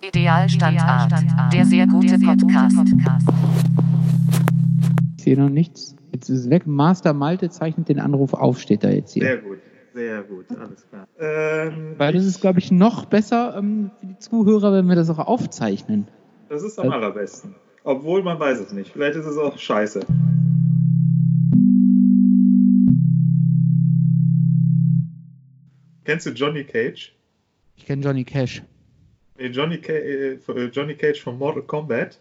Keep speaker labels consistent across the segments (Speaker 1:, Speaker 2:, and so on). Speaker 1: Idealstandart, der sehr gute Podcast.
Speaker 2: Ich sehe noch nichts. Jetzt ist es weg. Master Malte zeichnet den Anruf auf, steht da jetzt hier.
Speaker 3: Sehr gut, sehr gut, alles klar. Ähm,
Speaker 2: Weil das ist, glaube ich, noch besser ähm, für die Zuhörer, wenn wir das auch aufzeichnen.
Speaker 3: das ist am allerbesten. Obwohl man weiß es nicht. Vielleicht ist es auch scheiße. Kennst du Johnny Cage?
Speaker 2: Ich kenne Johnny Cash.
Speaker 3: Nee, Johnny, Ca äh, äh, Johnny Cage von Mortal Kombat.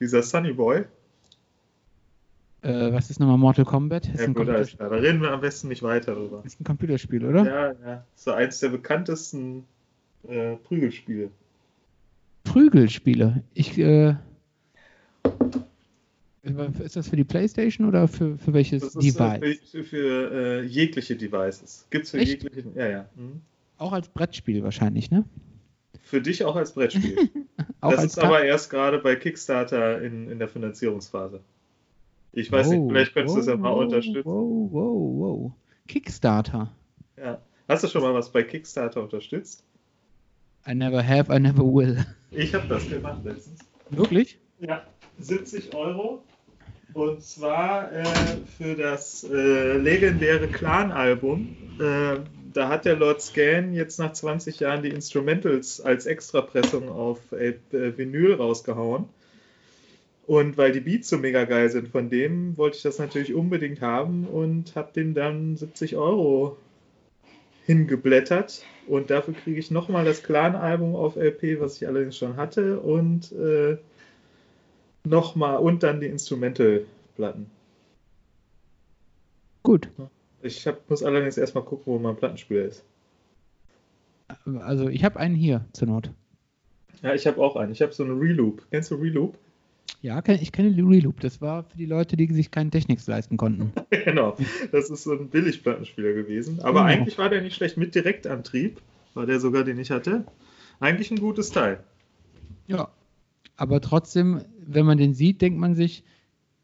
Speaker 3: Dieser Sunny Boy.
Speaker 2: Äh, was ist nochmal Mortal Kombat? Ist,
Speaker 3: Ja,
Speaker 2: ein
Speaker 3: gut, alles
Speaker 2: Computerspiel,
Speaker 3: klar. Da reden wir am besten nicht weiter drüber.
Speaker 2: ist ein Computerspiel, oder?
Speaker 3: Ja, ja. So eins der bekanntesten äh, Prügelspiele.
Speaker 2: Prügelspiele. Ich, äh, ist das für die Playstation oder für, für welches
Speaker 3: Das ist äh,
Speaker 2: Device?
Speaker 3: für, für, für äh, jegliche Devices. Gibt's für
Speaker 2: Echt?
Speaker 3: jegliche. Ja, ja. Mhm.
Speaker 2: auch als Brettspiel wahrscheinlich, ne?
Speaker 3: Für dich auch als Brettspiel.
Speaker 2: Auch
Speaker 3: das
Speaker 2: als
Speaker 3: ist aber erst gerade bei Kickstarter in, in der Finanzierungsphase. Ich weiß
Speaker 2: Oh.
Speaker 3: nicht, vielleicht könntest du es ja mal unterstützen.
Speaker 2: Wow, wow, wow. oh, Kickstarter.
Speaker 3: Ja. Hast du schon mal was bei Kickstarter unterstützt?
Speaker 2: I never have, I never will.
Speaker 3: Ich habe das gemacht letztens.
Speaker 2: Wirklich?
Speaker 3: Ja, 70 Euro. Und zwar äh, für das äh, legendäre Clan-Album. Äh, da hat der Lord Scan jetzt nach 20 Jahren die Instrumentals als Extrapressung auf äh, äh, Vinyl rausgehauen. Und weil die Beats so mega geil sind von dem, wollte ich das natürlich unbedingt haben und habe dem dann 70 Euro hingeblättert. Und dafür kriege ich nochmal das Clan-Album auf LP, was ich allerdings schon hatte. Und äh, nochmal und dann die Instrumentalplatten.
Speaker 2: Gut.
Speaker 3: Ich hab, muss allerdings erstmal gucken, wo mein Plattenspieler ist.
Speaker 2: Also ich habe einen hier zur Not.
Speaker 3: Ja, ich habe auch einen. Ich habe so einen Reloop. Kennst du Reloop?
Speaker 2: Ja, kenn- ich kenne Reloop. Das war für die Leute, die sich keinen Technics leisten konnten.
Speaker 3: genau. Das ist so ein Billigplattenspieler gewesen. Aber
Speaker 2: Genau.
Speaker 3: eigentlich war der nicht schlecht. Mit Direktantrieb war der sogar, den ich hatte. Eigentlich ein gutes Teil.
Speaker 2: Ja. Aber trotzdem, wenn man den sieht, denkt man sich,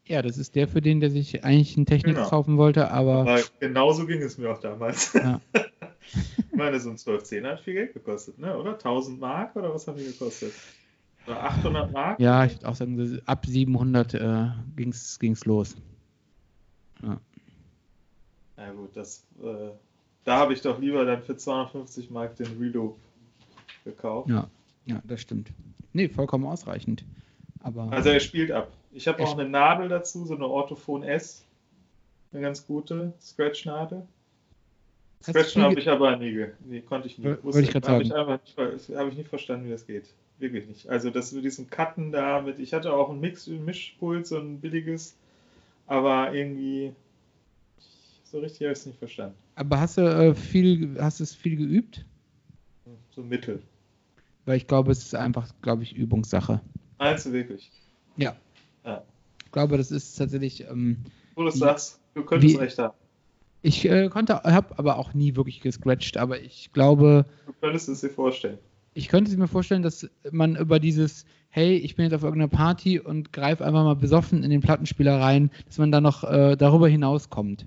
Speaker 2: ja, das ist der für den, der sich eigentlich einen Technics
Speaker 3: Genau.
Speaker 2: kaufen wollte, aber
Speaker 3: Aber genauso ging es mir auch damals.
Speaker 2: Ja.
Speaker 3: ich meine, so ein 1210 hat viel Geld gekostet, ne? oder? 1000 Mark oder was haben die gekostet? Oder 800 Mark?
Speaker 2: ja, ich würde auch sagen, das- ab 700 äh, ging's, ging's los.
Speaker 3: Na gut, das, äh, da habe ich doch lieber dann für 250 Mark den Reloop gekauft.
Speaker 2: Ja, ja, das stimmt. Nee, vollkommen ausreichend. Aber
Speaker 3: Also er spielt ab. Ich habe
Speaker 2: Er
Speaker 3: auch eine Nadel dazu, so eine Orthophon S. Eine ganz gute Scratch-Nadel.
Speaker 2: Hast du
Speaker 3: Scratchen
Speaker 2: viel
Speaker 3: habe
Speaker 2: ge-
Speaker 3: ich aber nie, ge- nee, konnte ich nie.
Speaker 2: Woll- wollte ich gerade
Speaker 3: Habe
Speaker 2: sagen.
Speaker 3: ich, einfach nicht ver- habe ich nicht verstanden, wie das geht. Wirklich nicht. Also das mit diesem Cutten da, mit, ich hatte auch ein Mix, ein Mischpult, so ein billiges, aber irgendwie so richtig habe ich es nicht verstanden.
Speaker 2: Aber hast du äh, viel, hast es viel geübt?
Speaker 3: So mittel.
Speaker 2: Weil ich glaube, es ist einfach, glaube ich, Übungssache.
Speaker 3: Meinst du wirklich?
Speaker 2: Ja.
Speaker 3: Ja.
Speaker 2: Ich glaube, das ist tatsächlich. Ähm,
Speaker 3: Wo du es
Speaker 2: Wie-
Speaker 3: sagst, du könntest
Speaker 2: wie-
Speaker 3: recht haben.
Speaker 2: ich äh, konnte, habe aber auch nie wirklich gescratcht, aber ich glaube,
Speaker 3: Du könntest es dir vorstellen.
Speaker 2: ich könnte mir vorstellen, dass man über dieses, hey, ich bin jetzt auf irgendeiner Party und greife einfach mal besoffen in den Plattenspieler rein, dass man da noch äh, darüber hinauskommt,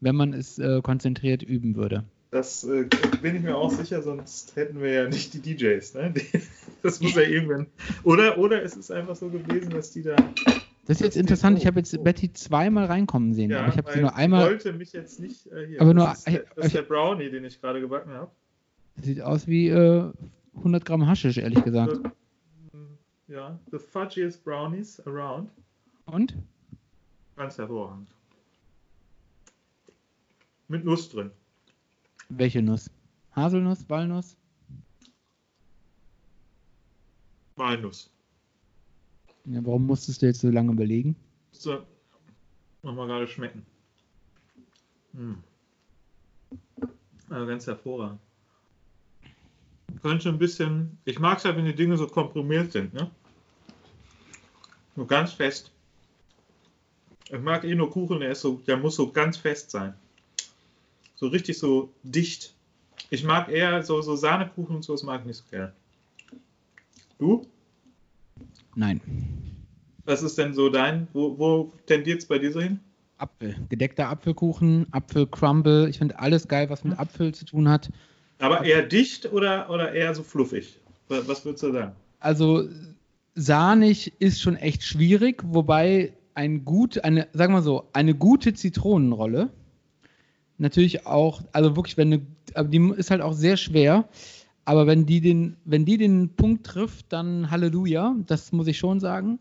Speaker 2: wenn man es äh, konzentriert üben würde.
Speaker 3: Das äh, bin ich mir auch sicher, sonst hätten wir ja nicht die DJs. Ne? Die- Das muss ja irgendwann. Oder, oder es ist einfach so gewesen, dass die da.
Speaker 2: Das ist jetzt
Speaker 3: Das
Speaker 2: interessant.
Speaker 3: geht
Speaker 2: Ich habe
Speaker 3: so.
Speaker 2: jetzt Betty zweimal reinkommen sehen,
Speaker 3: Ja,
Speaker 2: aber ich habe sie
Speaker 3: weil
Speaker 2: nur
Speaker 3: Ich
Speaker 2: einmal.
Speaker 3: wollte mich jetzt nicht. Äh, hier,
Speaker 2: Aber nur-
Speaker 3: das ist, der, das
Speaker 2: ich-
Speaker 3: ist der Brownie, den ich gerade gebacken habe.
Speaker 2: Sieht aus wie äh, 100 Gramm Haschisch, ehrlich gesagt.
Speaker 3: Ja, the fudgiest brownies around.
Speaker 2: Und?
Speaker 3: Ganz hervorragend. Mit Nuss drin.
Speaker 2: Welche Nuss? Haselnuss, Walnuss?
Speaker 3: Walnuss.
Speaker 2: Ja, warum musstest du jetzt so lange überlegen?
Speaker 3: So, nochmal gerade schmecken. Hm. Also ganz hervorragend. Könnte ein bisschen. Ich mag es halt, wenn die Dinge so komprimiert sind, ne? So ganz fest. Ich mag eh nur Kuchen, der, ist so, der muss so ganz fest sein. So richtig so dicht. Ich mag eher so, so Sahnekuchen und sowas mag ich nicht so gerne. Du?
Speaker 2: Nein.
Speaker 3: Was ist denn so dein? Wo, wo tendiert es bei dir so hin?
Speaker 2: Apfel. Gedeckter Apfelkuchen, Apfelcrumble. Ich finde alles geil, was mit Apfel zu tun hat.
Speaker 3: Aber eher dicht oder, oder eher so fluffig? Wa- Was würdest du sagen?
Speaker 2: also sahnig ist schon echt schwierig, wobei ein gut, eine, sagen wir so, eine gute Zitronenrolle natürlich auch, also wirklich, wenn eine, aber die ist halt auch sehr schwer, aber wenn die den, wenn die den Punkt trifft, dann Halleluja, das muss ich schon sagen.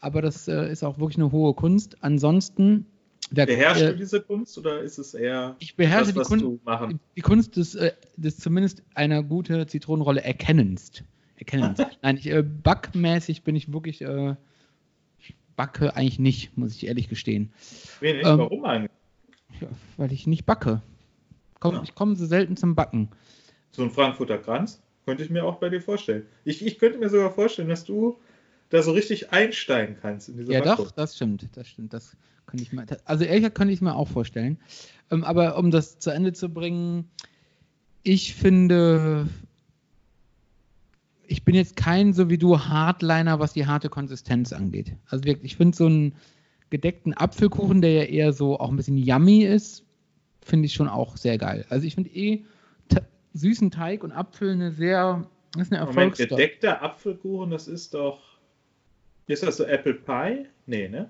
Speaker 2: Aber das äh, ist auch wirklich eine hohe Kunst. Ansonsten, der,
Speaker 3: Beherrschst
Speaker 2: äh,
Speaker 3: du diese Kunst oder ist es eher
Speaker 2: ich beherrsche
Speaker 3: das,
Speaker 2: die
Speaker 3: was
Speaker 2: Kunst
Speaker 3: du machen?
Speaker 2: die Kunst des, äh, des zumindest einer gute Zitronenrolle erkennenst. Erkennens. Nein, ich, äh, backmäßig bin ich wirklich, äh, ich backe eigentlich nicht, muss ich ehrlich gestehen.
Speaker 3: Nee, nee,
Speaker 2: ähm,
Speaker 3: warum eigentlich?
Speaker 2: Ja, weil ich nicht backe. Komm,
Speaker 3: Ja.
Speaker 2: Ich komme so selten zum Backen.
Speaker 3: So ein Frankfurter Kranz könnte ich mir auch bei dir vorstellen. Ich, ich könnte mir sogar vorstellen, dass du da so richtig einsteigen kannst in diese
Speaker 2: Ja,
Speaker 3: Backkunst.
Speaker 2: doch, das stimmt, das stimmt. Das könnte ich mir, also ehrlich gesagt könnte ich es mir auch vorstellen. Ähm, aber um das zu Ende zu bringen, ich finde, ich bin jetzt kein so wie du Hardliner, was die harte Konsistenz angeht. Also wirklich, ich finde so einen gedeckten Apfelkuchen, der ja eher so auch ein bisschen yummy ist, finde ich schon auch sehr geil. Also ich finde eh te- süßen Teig und Apfel eine sehr, das ist eine
Speaker 3: Moment,
Speaker 2: Erfolgsstory.
Speaker 3: gedeckter Apfelkuchen, das ist doch. Ist das so Apple Pie? Nee, ne?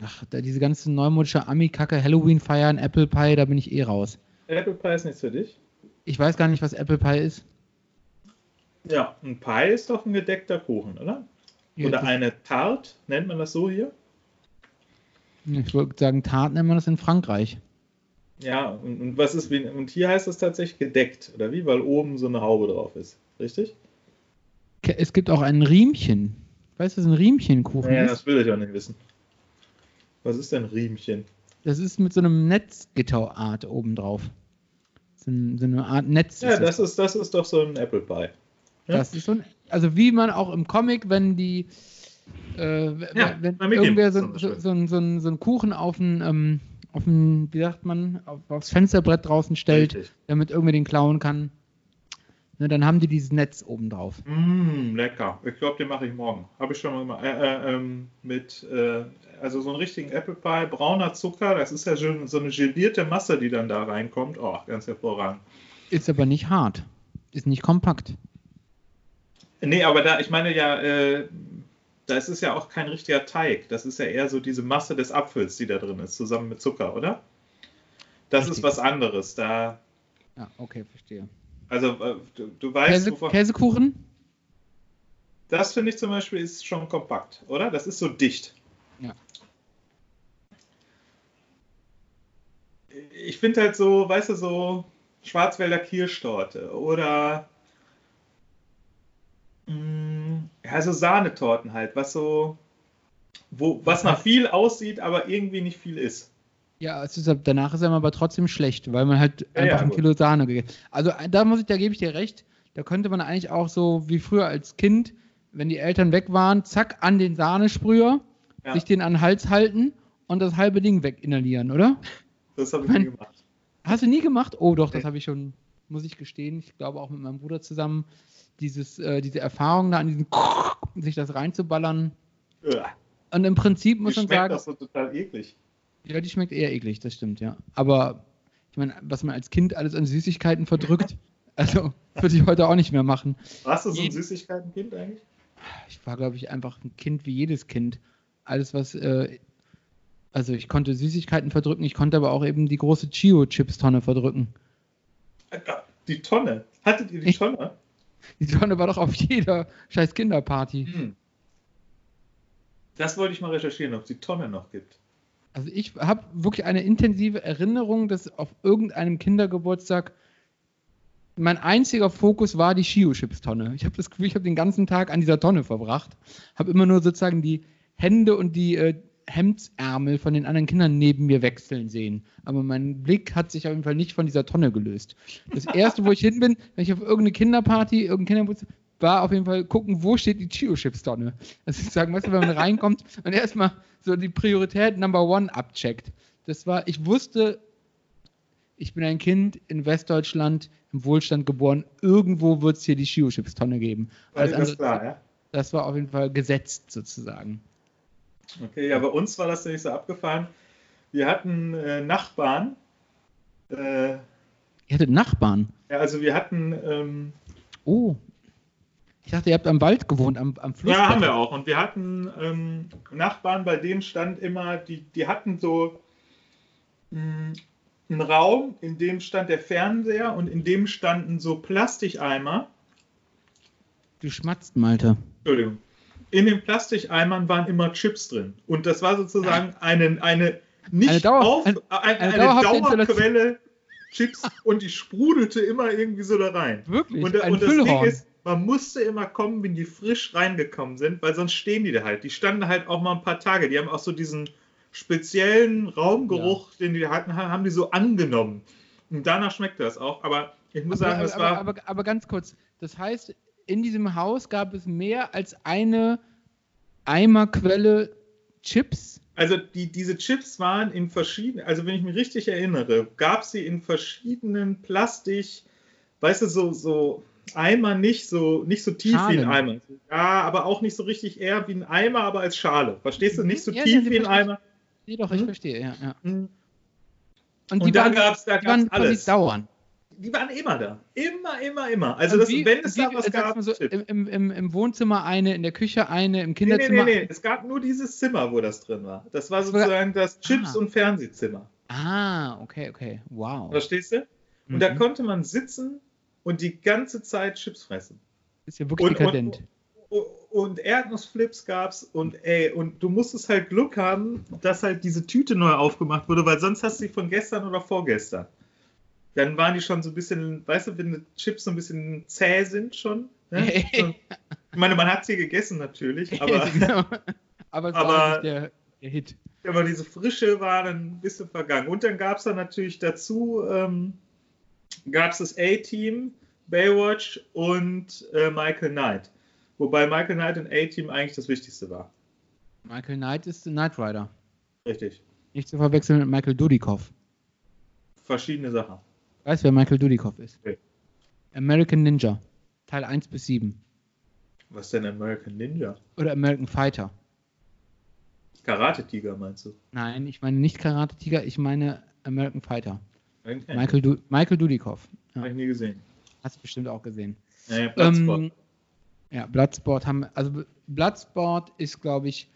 Speaker 2: Ach, da diese ganze neumodische Ami-Kacke, Halloween feiern, Apple Pie, da bin ich eh raus.
Speaker 3: Apple Pie ist nichts für dich.
Speaker 2: Ich weiß gar nicht, was Apple Pie ist.
Speaker 3: Ja, ein Pie ist doch ein gedeckter Kuchen, oder? Oder
Speaker 2: Ja,
Speaker 3: eine Tarte, nennt man das so hier?
Speaker 2: das, ich würde sagen, Tart nennt man das in Frankreich.
Speaker 3: Ja, und, und was ist, wie- und hier heißt das tatsächlich gedeckt, oder wie? Weil oben so eine Haube drauf ist, richtig?
Speaker 2: Ke- Es gibt auch ein Riemchen. Weißt du, was ein Riemchenkuchen
Speaker 3: Naja,
Speaker 2: ist?
Speaker 3: das will ich auch nicht wissen. Was ist denn Riemchen?
Speaker 2: Das ist mit so einem Netzgitterart obendrauf. So, ein, so eine Art Netz.
Speaker 3: Ja, das ist, das ist doch so ein Apple Pie. ja.
Speaker 2: Das ist so ein, also wie man auch im Comic, wenn die, äh,
Speaker 3: Ja,
Speaker 2: wenn
Speaker 3: bei Mickey
Speaker 2: irgendwer
Speaker 3: ist
Speaker 2: so,
Speaker 3: zum
Speaker 2: so,
Speaker 3: Beispiel.
Speaker 2: so, ein- so, ein- so einen Kuchen auf ein, ähm, auf ein, wie sagt man, auf, aufs Fensterbrett draußen stellt,
Speaker 3: Richtig.
Speaker 2: damit irgendwer den klauen kann. Ne, dann haben die dieses Netz oben drauf.
Speaker 3: Mmm, lecker. Ich glaube, den mache ich morgen. Habe ich schon mal gemacht. Äh, äh, ähm, mit, äh, also so einen richtigen Apple Pie, brauner Zucker. Das ist ja schon so eine gelierte Masse, die dann da reinkommt. Oh, ganz hervorragend.
Speaker 2: Ist aber nicht hart. Ist nicht kompakt.
Speaker 3: Nee, aber da, ich meine ja, äh, das ist ja auch kein richtiger Teig. Das ist ja eher so diese Masse des Apfels, die da drin ist, zusammen mit Zucker, oder? Das
Speaker 2: Richtig.
Speaker 3: ist was anderes. Da,
Speaker 2: Ja, okay, verstehe.
Speaker 3: also äh, du, du weißt,
Speaker 2: Käse,
Speaker 3: wovon-
Speaker 2: Käsekuchen?
Speaker 3: das finde ich zum Beispiel ist schon kompakt, oder? Das ist so dicht.
Speaker 2: Ja.
Speaker 3: ich finde halt so, weißt du, so Schwarzwälder Kirschtorte oder mh, ja, so Sahnetorten halt, was so, wo, was nach viel aussieht, aber irgendwie nicht viel ist.
Speaker 2: Ja, es ist, danach ist er aber trotzdem schlecht, weil man halt
Speaker 3: Ja, ja,
Speaker 2: einfach ein
Speaker 3: gut.
Speaker 2: Kilo Sahne gegessen Also äh, da muss ich, da gebe ich dir recht, da könnte man eigentlich auch so wie früher als Kind, wenn die Eltern weg waren, zack, an den Sahnesprüher,
Speaker 3: Ja.
Speaker 2: sich den an den Hals halten und das halbe Ding weginhalieren, oder?
Speaker 3: Das habe ich nie gemacht.
Speaker 2: Hast du nie gemacht? Oh doch, das
Speaker 3: Nee.
Speaker 2: habe ich schon, muss ich gestehen. Ich glaube auch mit meinem Bruder zusammen, dieses, äh, diese Erfahrung da an diesen sich das reinzuballern.
Speaker 3: Uah,
Speaker 2: Und im Prinzip
Speaker 3: mir
Speaker 2: muss man
Speaker 3: schmeckt
Speaker 2: sagen,
Speaker 3: das so total eklig.
Speaker 2: ja, die schmeckt eher eklig, das stimmt, ja. Aber ich meine, was man als Kind alles an Süßigkeiten verdrückt, also würde ich heute auch nicht mehr machen.
Speaker 3: Warst du so ein
Speaker 2: Jeden-
Speaker 3: Süßigkeitenkind eigentlich?
Speaker 2: Ich war, glaube ich, einfach ein Kind wie jedes Kind. Alles, was, äh, also ich konnte Süßigkeiten verdrücken, ich konnte aber auch eben die große Chio-Chips-Tonne verdrücken.
Speaker 3: Äh, Die Tonne. Hattet ihr die
Speaker 2: Ich-
Speaker 3: Tonne?
Speaker 2: Die Tonne war doch auf jeder scheiß Kinderparty.
Speaker 3: Hm. Das wollte ich mal recherchieren, ob es die Tonne noch gibt.
Speaker 2: Also ich habe wirklich eine intensive Erinnerung, dass auf irgendeinem Kindergeburtstag mein einziger Fokus war die Shio-Chips-Tonne. Ich habe das Gefühl, ich habe den ganzen Tag an dieser Tonne verbracht, habe immer nur sozusagen die Hände und die äh, Hemdsärmel von den anderen Kindern neben mir wechseln sehen. Aber mein Blick hat sich auf jeden Fall nicht von dieser Tonne gelöst. Das erste, wo ich hin bin, wenn ich auf irgendeine Kinderparty, irgendein Kindergeburtstag, war auf jeden Fall gucken, wo steht die Chio-Chips-Tonne. Also ich sagen, weißt du, wenn man reinkommt und erstmal so die Priorität Number One abcheckt. Das war, ich wusste, ich bin ein Kind in Westdeutschland, im Wohlstand geboren, irgendwo wird es hier die Chio-Chips-Tonne geben.
Speaker 3: War dir
Speaker 2: Alles
Speaker 3: das
Speaker 2: andere-
Speaker 3: klar, ja?
Speaker 2: das war auf jeden Fall gesetzt sozusagen.
Speaker 3: Okay, ja, bei uns war das nicht so abgefahren. Wir hatten äh, Nachbarn. Äh,
Speaker 2: Ihr hattet Nachbarn.
Speaker 3: ja, also wir hatten, ähm,
Speaker 2: Oh. Ich dachte, ihr habt am Wald gewohnt, am, am Fluss.
Speaker 3: Ja, haben wir auch. Und wir hatten ähm, Nachbarn, bei denen stand immer, die, die hatten so mh, einen Raum, in dem stand der Fernseher und in dem standen so Plastikeimer.
Speaker 2: Du schmatzt, Malte.
Speaker 3: Entschuldigung. In den Plastikeimern waren immer Chips drin. Und das war sozusagen eine, eine
Speaker 2: Ah.
Speaker 3: nicht
Speaker 2: Eine Dauer-
Speaker 3: auf,
Speaker 2: ein-
Speaker 3: ein,
Speaker 2: eine
Speaker 3: eine,
Speaker 2: dauerhafte
Speaker 3: Dauerquelle Chips und die sprudelte immer irgendwie so da rein.
Speaker 2: Wirklich?
Speaker 3: Und, äh,
Speaker 2: ein
Speaker 3: und das Ding
Speaker 2: Füllhorn.
Speaker 3: ist, man musste immer kommen, wenn die frisch reingekommen sind, weil sonst stehen die da halt. Die standen halt auch mal ein paar Tage. Die haben auch so diesen speziellen Raumgeruch, den die hatten, ha- haben die so angenommen. Und danach schmeckte das auch. Aber ich muss sagen,
Speaker 2: aber,
Speaker 3: das war.
Speaker 2: aber, aber, aber ganz kurz. Das heißt, in diesem Haus gab es mehr als eine Eimerquelle Chips.
Speaker 3: also die, diese Chips waren in verschiedenen, also wenn ich mich richtig erinnere, gab sie in verschiedenen Plastik, weißt du, so, so Eimer nicht so, nicht so tief wie
Speaker 2: Schalen.
Speaker 3: ein Eimer. Ja, aber auch nicht so richtig eher wie ein Eimer, aber als Schale. Verstehst du? Nicht so
Speaker 2: Mhm. Ja, ja,
Speaker 3: tief
Speaker 2: sie
Speaker 3: wie ein
Speaker 2: verstehe
Speaker 3: Eimer.
Speaker 2: Nee, doch, ich
Speaker 3: Mhm.
Speaker 2: verstehe, ja. ja.
Speaker 3: Und,
Speaker 2: Und, die,
Speaker 3: da
Speaker 2: waren,
Speaker 3: gab es da
Speaker 2: die waren
Speaker 3: gab's
Speaker 2: quasi
Speaker 3: alles.
Speaker 2: dauern.
Speaker 3: Die waren immer da. Immer, immer, immer. Also
Speaker 2: Und
Speaker 3: das,
Speaker 2: wie-
Speaker 3: wenn es
Speaker 2: wie-
Speaker 3: da was
Speaker 2: sag's
Speaker 3: gab,
Speaker 2: mal so,
Speaker 3: Chips.
Speaker 2: im, im- im, Im Wohnzimmer eine, in der Küche eine, im
Speaker 3: nee, nee,
Speaker 2: Kinderzimmer.
Speaker 3: nee, nee. Es gab nur dieses Zimmer, wo das drin war. Das war sozusagen das Chips-
Speaker 2: Ah.
Speaker 3: und Fernsehzimmer.
Speaker 2: Ah, okay, okay. Wow.
Speaker 3: Verstehst du? Und da
Speaker 2: Mhm.
Speaker 3: konnte man sitzen und die ganze Zeit Chips fressen.
Speaker 2: ist ja wirklich
Speaker 3: und- und-
Speaker 2: dekadent.
Speaker 3: U- Und Erdnussflips gab's und ey, und du musstest halt Glück haben, dass halt diese Tüte neu aufgemacht wurde, weil sonst hast du sie von gestern oder vorgestern. Dann waren die schon so ein bisschen, weißt du, wenn die Chips so ein bisschen zäh sind schon. Ne? Und- ich meine, man hat sie gegessen natürlich, aber,
Speaker 2: Genau. aber es war
Speaker 3: aber-
Speaker 2: auch nicht der, der Hit.
Speaker 3: aber diese Frische war dann ein bisschen vergangen. Und dann gab's dann natürlich dazu, ähm, gab's das A-Team, Baywatch und äh, Michael Knight. Wobei Michael Knight und A-Team eigentlich das Wichtigste war.
Speaker 2: Michael Knight ist ein Knight Rider.
Speaker 3: Richtig.
Speaker 2: Nicht zu verwechseln mit Michael Dudikoff.
Speaker 3: Verschiedene Sachen.
Speaker 2: Weißt du, wer Michael Dudikoff ist?
Speaker 3: Nee.
Speaker 2: American Ninja. Teil 1 bis 7.
Speaker 3: Was denn American Ninja?
Speaker 2: Oder American Fighter.
Speaker 3: Karate-Tiger meinst du?
Speaker 2: Nein, ich meine nicht Karate Tiger, ich meine American Fighter.
Speaker 3: Okay.
Speaker 2: Michael, du Michael Dudikoff. Ja,
Speaker 3: Habe ich nie gesehen.
Speaker 2: hast du bestimmt auch gesehen.
Speaker 3: Naja, Platzsport.
Speaker 2: Ähm, ja, Bloodsport haben, also Bloodsport ist, glaube ich,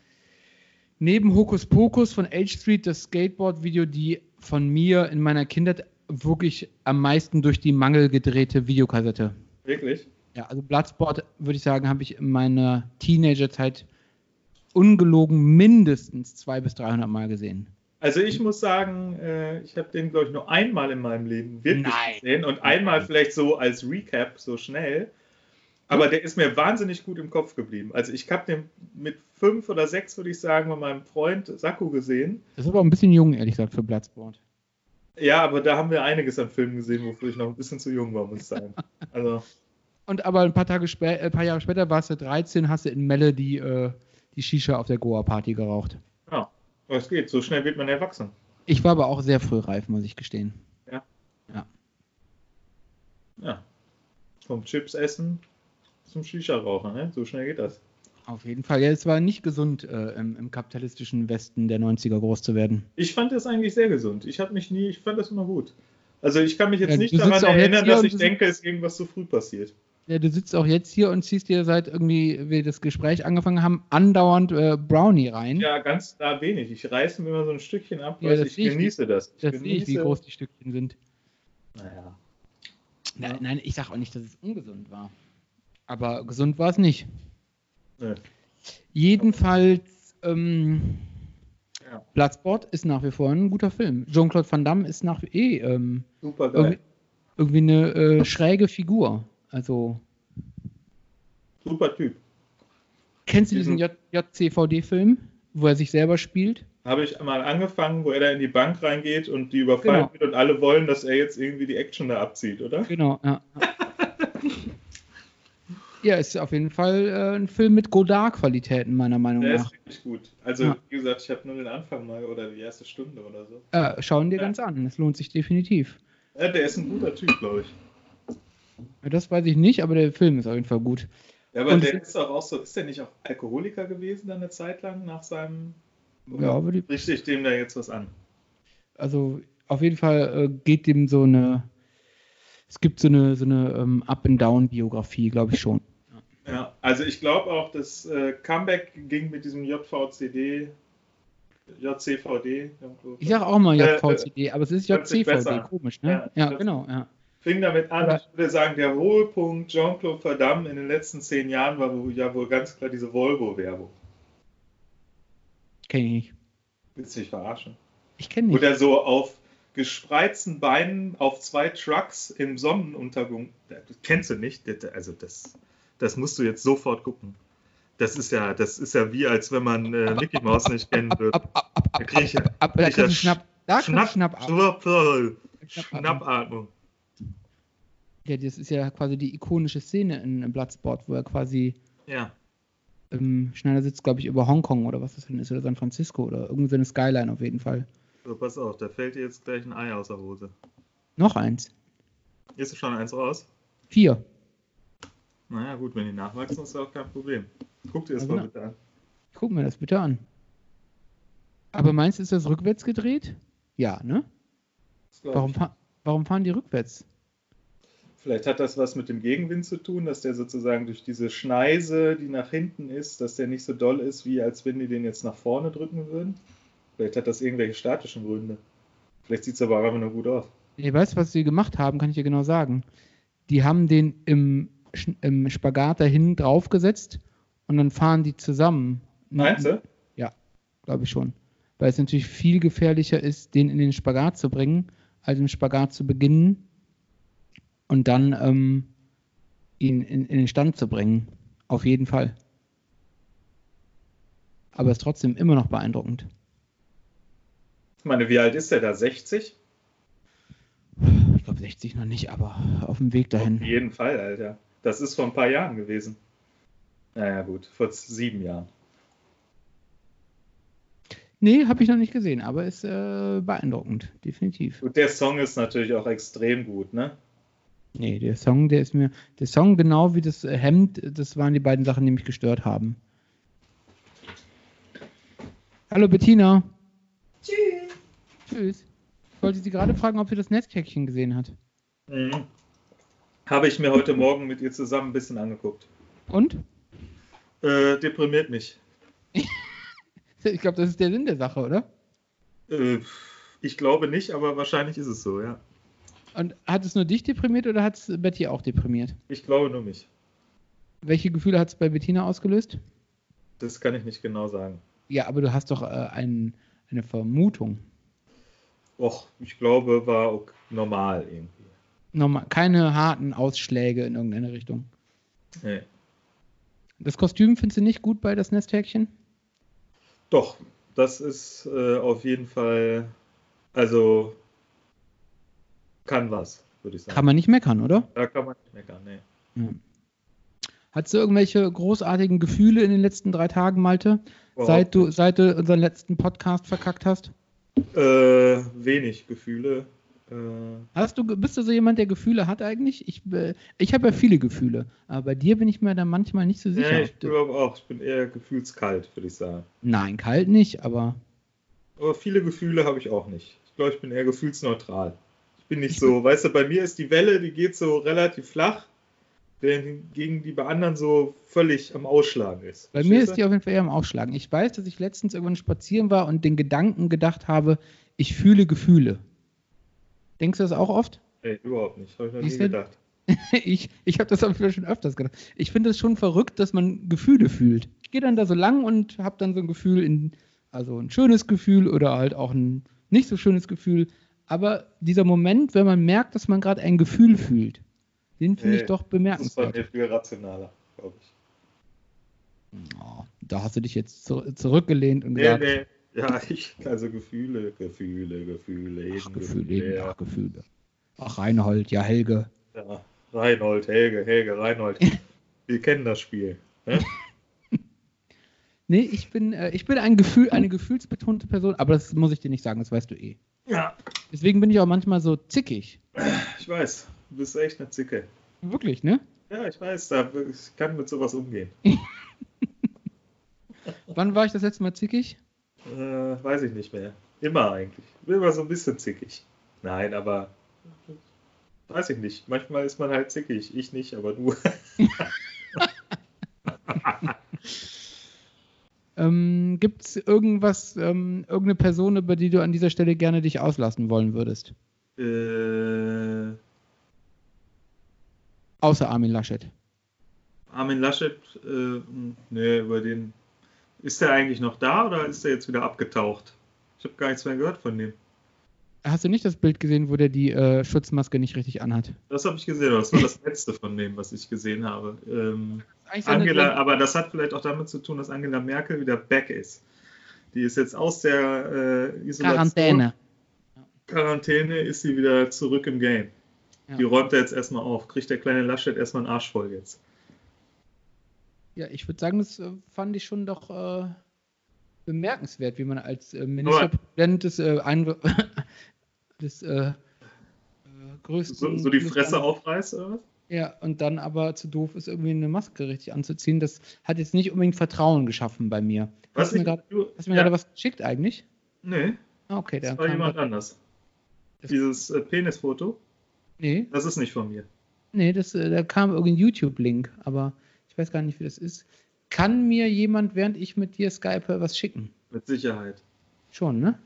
Speaker 2: neben Hokus Pokus von H Street das Skateboard-Video, die von mir in meiner Kindheit wirklich am meisten durch die Mangel gedrehte Videokassette.
Speaker 3: Wirklich?
Speaker 2: Ja, also Bloodsport, würde ich sagen, habe ich in meiner Teenagerzeit ungelogen mindestens 200 bis 300 Mal gesehen.
Speaker 3: Also ich muss sagen, äh, ich habe den, glaube ich, nur einmal in meinem Leben wirklich
Speaker 2: Nein.
Speaker 3: gesehen und einmal vielleicht so als Recap, so schnell. Aber
Speaker 2: Hm.
Speaker 3: der ist mir wahnsinnig gut im Kopf geblieben. Also ich habe den mit fünf oder sechs, würde ich sagen, bei meinem Freund Sakko gesehen.
Speaker 2: Das ist aber auch ein bisschen jung, ehrlich gesagt, für Bloodsport.
Speaker 3: Ja, aber da haben wir einiges an Filmen gesehen, wofür ich noch ein bisschen zu jung war, muss ich sagen. Also,
Speaker 2: Und aber ein paar, Tage spä äh, ein paar Jahre später warst du 13, hast du in Melle die, äh, die Shisha auf der Goa-Party geraucht.
Speaker 3: ja, aber es geht. So schnell wird man erwachsen.
Speaker 2: Ich war aber auch sehr frühreif, muss ich gestehen.
Speaker 3: Ja. Vom Chips essen zum Shisha-Rauchen, ne? So schnell geht das.
Speaker 2: Auf jeden Fall. Ja, es war nicht gesund, äh, im, im kapitalistischen Westen der 90er groß zu werden.
Speaker 3: Ich fand das eigentlich sehr gesund. Ich habe mich nie, ich fand das immer gut. Also ich kann mich jetzt
Speaker 2: Ja,
Speaker 3: nicht
Speaker 2: du sitzt
Speaker 3: daran
Speaker 2: auch jetzt
Speaker 3: erinnern,
Speaker 2: hier
Speaker 3: dass
Speaker 2: und
Speaker 3: ich
Speaker 2: du
Speaker 3: denke, es ist irgendwas zu früh passiert.
Speaker 2: Ja, du sitzt auch jetzt hier und ziehst dir seit irgendwie wir das Gespräch angefangen haben, andauernd äh, Brownie rein.
Speaker 3: Ja, ganz da wenig. Ich reiße mir immer so ein Stückchen ab,
Speaker 2: Ja,
Speaker 3: weil
Speaker 2: das
Speaker 3: ich
Speaker 2: sehe ich.
Speaker 3: genieße das.
Speaker 2: das sehe
Speaker 3: genieße,
Speaker 2: ich, wie groß die Stückchen sind.
Speaker 3: Naja.
Speaker 2: Nein, nein, ich sage auch nicht, dass es ungesund war. Aber gesund war es nicht.
Speaker 3: Nö.
Speaker 2: Jedenfalls, ähm,
Speaker 3: Ja.
Speaker 2: Bloodsport ist nach wie vor ein guter Film. Jean-Claude Van Damme ist nach wie eh ähm,
Speaker 3: Super geil.
Speaker 2: irgendwie, irgendwie eine äh, schräge Figur. Also,
Speaker 3: Super Typ.
Speaker 2: kennst du diesen J- JCVD-Film, wo er sich selber spielt?
Speaker 3: Habe ich mal angefangen, wo er da in die Bank reingeht und die überfallen
Speaker 2: Genau.
Speaker 3: wird und alle wollen, dass er jetzt irgendwie die Action da abzieht, oder?
Speaker 2: Genau, ja. ja, ist auf jeden Fall äh, ein Film mit Godard-Qualitäten, meiner Meinung
Speaker 3: Der
Speaker 2: nach.
Speaker 3: ist wirklich gut. Also,
Speaker 2: Ja.
Speaker 3: wie gesagt, ich habe nur den Anfang mal oder die erste Stunde oder so.
Speaker 2: Äh, schauen dir
Speaker 3: Ja.
Speaker 2: ganz an, es lohnt sich definitiv.
Speaker 3: Ja, der ist ein guter Typ, glaube ich.
Speaker 2: Ja, Das weiß ich nicht, aber der Film ist auf jeden Fall gut.
Speaker 3: Ja, aber
Speaker 2: Und-
Speaker 3: der ist doch auch so, ist der nicht auch Alkoholiker gewesen dann eine Zeit lang nach seinem.
Speaker 2: Ja, aber die,
Speaker 3: Richtig, dem da jetzt was an.
Speaker 2: also auf jeden Fall äh, geht dem so eine, es gibt so eine, so eine ähm, Up-and-Down-Biografie, glaube ich schon.
Speaker 3: Ja, also ich glaube auch, das äh, Comeback ging mit diesem JVCD, JCVD. irgendwo.
Speaker 2: Ich sag auch mal
Speaker 3: Äh,
Speaker 2: JVCD, aber es ist
Speaker 3: hört sich
Speaker 2: JCVD,
Speaker 3: besser.
Speaker 2: komisch, ne?
Speaker 3: Ja,
Speaker 2: Ja,
Speaker 3: das-
Speaker 2: genau, ja.
Speaker 3: Fing damit an,
Speaker 2: Ja.
Speaker 3: ich würde sagen, der Hohlpunkt Jean-Claude Verdamme in den letzten zehn Jahren war wohl- ja wohl ganz klar diese Volvo-Werbung.
Speaker 2: Kenn ich nicht.
Speaker 3: Willst du dich verarschen?
Speaker 2: Ich kenne
Speaker 3: Wo
Speaker 2: nicht.
Speaker 3: der so auf gespreizten Beinen auf zwei Trucks im Sonnenuntergang. Das kennst du nicht? Das- Also das, das musst du jetzt sofort gucken. Das ist ja, das ist ja wie, als wenn man äh, Mickey Mouse nicht kennen würde.
Speaker 2: Ab, ab, ab,
Speaker 3: Da
Speaker 2: ab,
Speaker 3: krieg ich ja-
Speaker 2: ab, ab, da
Speaker 3: krieg ich ja
Speaker 2: kriegst du Schnapp. Da kriegst du
Speaker 3: Schnapp,
Speaker 2: Schnapp ab.
Speaker 3: Schnapp,
Speaker 2: Schnapp.
Speaker 3: Schnappatmung.
Speaker 2: Ja, das ist ja quasi die ikonische Szene in Bloodsport, wo er quasi
Speaker 3: Ja.
Speaker 2: ähm, Schneider sitzt, glaube ich, über Hongkong oder was das denn ist, oder San Francisco oder irgendeine Skyline auf jeden Fall.
Speaker 3: So, pass auf, da fällt dir jetzt gleich ein Ei aus der Hose.
Speaker 2: Noch eins.
Speaker 3: Ist schon eins raus?
Speaker 2: Vier.
Speaker 3: Naja, gut, wenn die nachwachsen, ist ja auch kein Problem. Guck dir das
Speaker 2: Ja,
Speaker 3: mal
Speaker 2: genau.
Speaker 3: bitte an.
Speaker 2: Guck mir das bitte an.
Speaker 3: Ah.
Speaker 2: Aber meinst du, ist das rückwärts gedreht? Ja, ne?
Speaker 3: Das glaub
Speaker 2: Warum,
Speaker 3: ich.
Speaker 2: fa warum fahren die rückwärts?
Speaker 3: Vielleicht hat das was mit dem Gegenwind zu tun, dass der sozusagen durch diese Schneise, die nach hinten ist, dass der nicht so doll ist, wie als wenn die den jetzt nach vorne drücken würden. Vielleicht hat das irgendwelche statischen Gründe. Vielleicht sieht es aber auch einfach nur gut aus.
Speaker 2: Ihr weißt, was sie gemacht haben, kann ich dir genau sagen. Die haben den im, Sch- im Spagat dahin draufgesetzt und dann fahren die zusammen.
Speaker 3: Meinst du?
Speaker 2: Glaube ich schon. Weil es natürlich viel gefährlicher ist, den in den Spagat zu bringen, als im Spagat zu beginnen und dann ähm, ihn in, in den Stand zu bringen. Auf jeden Fall. Aber es ist trotzdem immer noch beeindruckend.
Speaker 3: Ich meine, wie alt ist der da? 60?
Speaker 2: Ich glaube 60 noch nicht, aber auf dem Weg dahin.
Speaker 3: Auf jeden Fall, Alter. Das ist vor ein paar Jahren gewesen. Naja, gut, vor sieben Jahren.
Speaker 2: Nee, habe ich noch nicht gesehen, aber ist äh, beeindruckend, definitiv.
Speaker 3: Und der Song ist natürlich auch extrem gut, ne?
Speaker 2: Nee, der Song, der ist mir, der Song genau wie das äh, Hemd, das waren die beiden Sachen, die mich gestört haben. Hallo Bettina. Tschüss. Tschüss. Ich wollte Sie gerade fragen, ob sie das Netzkäckchen gesehen hat.
Speaker 3: Mhm. Habe ich mir heute Morgen mit ihr zusammen ein bisschen angeguckt.
Speaker 2: Und?
Speaker 3: Äh, deprimiert mich.
Speaker 2: Ich glaube, das ist der Sinn der Sache, oder?
Speaker 3: Äh, ich glaube nicht, aber wahrscheinlich ist es so, ja.
Speaker 2: Und hat es nur dich deprimiert oder hat es Betty auch deprimiert?
Speaker 3: Ich glaube nur mich.
Speaker 2: Welche Gefühle hat es bei Bettina ausgelöst?
Speaker 3: Das kann ich nicht genau sagen.
Speaker 2: Ja, aber du hast doch äh, einen- eine Vermutung.
Speaker 3: Och, ich glaube, war ok normal irgendwie.
Speaker 2: Nochmal, keine harten Ausschläge in irgendeine Richtung.
Speaker 3: Nee.
Speaker 2: Das Kostüm findest du nicht gut bei das Nesthäkchen?
Speaker 3: Doch, das ist äh, auf jeden Fall, also kann was, würde ich sagen.
Speaker 2: Kann man nicht meckern, oder?
Speaker 3: da kann man nicht meckern, nee.
Speaker 2: Ja. Hattest du irgendwelche großartigen Gefühle in den letzten drei Tagen, Malte?
Speaker 3: Überhaupt
Speaker 2: Seit du, seit du unseren letzten Podcast verkackt hast?
Speaker 3: Äh, wenig Gefühle. Äh,
Speaker 2: Hast du, ge- bist du so jemand, der Gefühle hat eigentlich? Ich, äh, ich habe ja viele Gefühle, aber bei dir bin ich mir da manchmal nicht so sicher.
Speaker 3: nee, ich
Speaker 2: ob du-
Speaker 3: glaube auch, ich bin eher gefühlskalt, würde ich sagen.
Speaker 2: Nein, kalt nicht, aber
Speaker 3: Aber viele Gefühle habe ich auch nicht. Ich glaube, ich bin eher gefühlsneutral. Ich bin nicht so, weißt du, bei mir ist die Welle, die geht so relativ flach, während gegen die bei anderen so völlig am Ausschlagen ist.
Speaker 2: Bei mir ist
Speaker 3: Verstehst
Speaker 2: die auf jeden Fall eher am Aufschlagen. Ich weiß, dass ich letztens irgendwann spazieren war und den Gedanken gedacht habe, ich fühle Gefühle. Denkst du das auch oft?
Speaker 3: du? Nee, überhaupt nicht. Habe ich noch nie
Speaker 2: Siehst du?
Speaker 3: gedacht.
Speaker 2: Ich, ich habe das auf jeden Fall schon öfters gedacht. Ich finde es schon verrückt, dass man Gefühle fühlt. Ich gehe dann da so lang und habe dann so ein Gefühl, in, also ein schönes Gefühl oder halt auch ein nicht so schönes Gefühl. Aber dieser Moment, wenn man merkt, dass man gerade ein Gefühl fühlt, den finde
Speaker 3: Nee,
Speaker 2: ich doch
Speaker 3: Das ist bei mir
Speaker 2: bemerkenswert.
Speaker 3: viel rationaler, glaube ich.
Speaker 2: Oh, da hast du dich jetzt zur- zurückgelehnt und
Speaker 3: Nee,
Speaker 2: gesagt,
Speaker 3: nee. Ja, ich, also Gefühle, Gefühle, Gefühle,
Speaker 2: Ach,
Speaker 3: eben
Speaker 2: Gefühle, eben,
Speaker 3: ja.
Speaker 2: ach, Gefühle. Ach, Reinhold, ja, Helge.
Speaker 3: Ja, Reinhold, Helge, Helge, Reinhold. Wir kennen das Spiel.
Speaker 2: Nee, ich bin, äh, ich bin ein Gefühl, eine gefühlsbetonte Person, aber das muss ich dir nicht sagen, das weißt du eh.
Speaker 3: Ja,
Speaker 2: Deswegen bin ich auch manchmal so zickig.
Speaker 3: ich weiß. Du bist echt eine Zicke.
Speaker 2: Wirklich, ne?
Speaker 3: Ja, ich weiß, da, ich kann mit sowas umgehen.
Speaker 2: Wann war ich das letzte Mal zickig?
Speaker 3: Äh, weiß ich nicht mehr. Immer eigentlich. Bin immer so ein bisschen zickig. Nein, aber weiß ich nicht. Manchmal ist man halt zickig. Ich nicht, aber du.
Speaker 2: Ähm, Gibt es irgendwas, ähm, irgendeine Person, über die du an dieser Stelle gerne dich auslassen wollen würdest?
Speaker 3: Äh,
Speaker 2: Außer Armin Laschet.
Speaker 3: Armin Laschet, äh, mh, nee, über den. Ist der eigentlich noch da oder ist der jetzt wieder abgetaucht? Ich habe gar nichts mehr gehört von dem.
Speaker 2: Hast du nicht das Bild gesehen, wo der die äh, Schutzmaske nicht richtig anhat?
Speaker 3: Das habe ich gesehen, aber das war das letzte von dem, was ich gesehen habe. Ähm,
Speaker 2: Eigentlich seine-
Speaker 3: Angela, aber das hat vielleicht auch damit zu tun, dass Angela Merkel wieder back ist. Die ist jetzt aus der äh, Isolation.
Speaker 2: Quarantäne.
Speaker 3: Quarantäne ist sie wieder zurück im Game.
Speaker 2: Ja.
Speaker 3: Die räumt er jetzt erstmal auf. Kriegt der kleine Laschet erstmal einen Arsch voll jetzt.
Speaker 2: Ja, ich würde sagen, das äh, fand ich schon doch äh, bemerkenswert, wie man als äh,
Speaker 3: Aber-
Speaker 2: Ministerpräsident des, äh, ein, des äh, äh, größten.
Speaker 3: So, so die Fresse
Speaker 2: auch.
Speaker 3: aufreißt oder was?
Speaker 2: Ja, und dann aber zu doof ist, irgendwie eine Maske richtig anzuziehen. Das hat jetzt nicht unbedingt Vertrauen geschaffen bei mir.
Speaker 3: Was
Speaker 2: hast du mir
Speaker 3: ich-
Speaker 2: gerade
Speaker 3: du-
Speaker 2: hast du mir
Speaker 3: ja,
Speaker 2: gerade was geschickt eigentlich?
Speaker 3: Nee,
Speaker 2: Ah, okay,
Speaker 3: das
Speaker 2: da
Speaker 3: war
Speaker 2: kam
Speaker 3: jemand
Speaker 2: was.
Speaker 3: anders.
Speaker 2: Das-
Speaker 3: Dieses äh, Penisfoto,
Speaker 2: Nee,
Speaker 3: das ist nicht von mir.
Speaker 2: nee, das, äh, da kam irgendein YouTube-Link, aber ich weiß gar nicht, wie das ist. Kann mir jemand, während ich mit dir skype, was schicken?
Speaker 3: Mit Sicherheit.
Speaker 2: Schon, ne?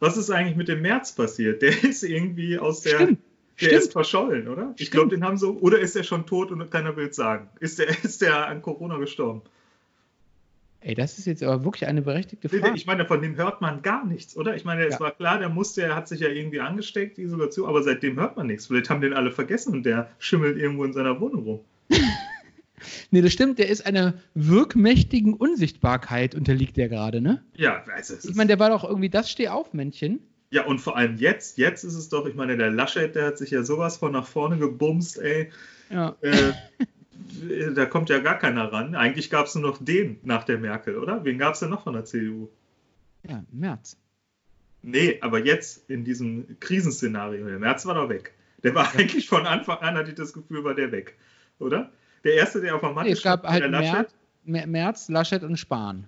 Speaker 3: Was ist eigentlich mit dem März passiert? Der ist irgendwie aus der.
Speaker 2: Stimmt.
Speaker 3: Der
Speaker 2: Stimmt.
Speaker 3: ist verschollen, oder? Ich
Speaker 2: Stimmt.
Speaker 3: glaube, den haben sie. Oder ist er schon tot und keiner will es sagen? Ist der, ist der an Corona gestorben?
Speaker 2: Ey, das ist jetzt aber wirklich eine berechtigte
Speaker 3: Nee,
Speaker 2: Frage.
Speaker 3: Ich meine, von dem hört man gar nichts, oder? Ich meine, es
Speaker 2: Ja.
Speaker 3: war klar, der musste, er hat sich ja irgendwie angesteckt, die Isolation, aber seitdem hört man nichts. Vielleicht haben den alle vergessen und der schimmelt irgendwo in seiner Wohnung rum.
Speaker 2: Nee, das stimmt, der ist einer wirkmächtigen Unsichtbarkeit unterliegt der gerade, ne?
Speaker 3: Ja, also es
Speaker 2: Ich
Speaker 3: ist,
Speaker 2: meine, der war doch irgendwie das Steh-auf-Männchen.
Speaker 3: ja, und vor allem jetzt, jetzt ist es doch, ich meine, der Laschet, der hat sich ja sowas von nach vorne gebumst, ey.
Speaker 2: Ja.
Speaker 3: Äh, da kommt ja gar keiner ran. Eigentlich gab es nur noch den nach der Merkel, oder? Wen gab es denn noch von der CDU?
Speaker 2: ja, März.
Speaker 3: Nee, aber jetzt in diesem Krisenszenario, der März war doch weg. Der war eigentlich von Anfang an, hatte ich das Gefühl, war der weg, oder? Der erste, der auf der Matte
Speaker 2: Nee, es gab
Speaker 3: stand, war
Speaker 2: halt
Speaker 3: der Laschet.
Speaker 2: Merz, Mer- Merz, Laschet und Spahn.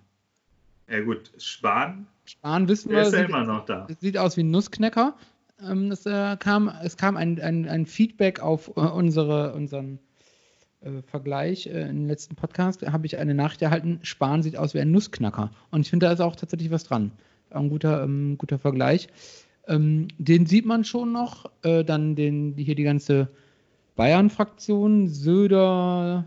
Speaker 3: Ja gut, Spahn,
Speaker 2: Spahn wissen
Speaker 3: der
Speaker 2: wir,
Speaker 3: ist ja
Speaker 2: sieht,
Speaker 3: immer noch da.
Speaker 2: sieht aus wie ein Nussknacker. Ähm, das, äh, kam, es kam ein, ein, ein Feedback auf äh, unsere, unseren äh, Vergleich äh, im letzten Podcast. Da habe ich eine Nachricht erhalten, Spahn sieht aus wie ein Nussknacker. Und ich finde, da ist auch tatsächlich was dran. Auch Ein guter, ähm, guter Vergleich. Ähm, den sieht man schon noch. Äh, dann den, die- hier die ganze Bayern-Fraktion, Söder.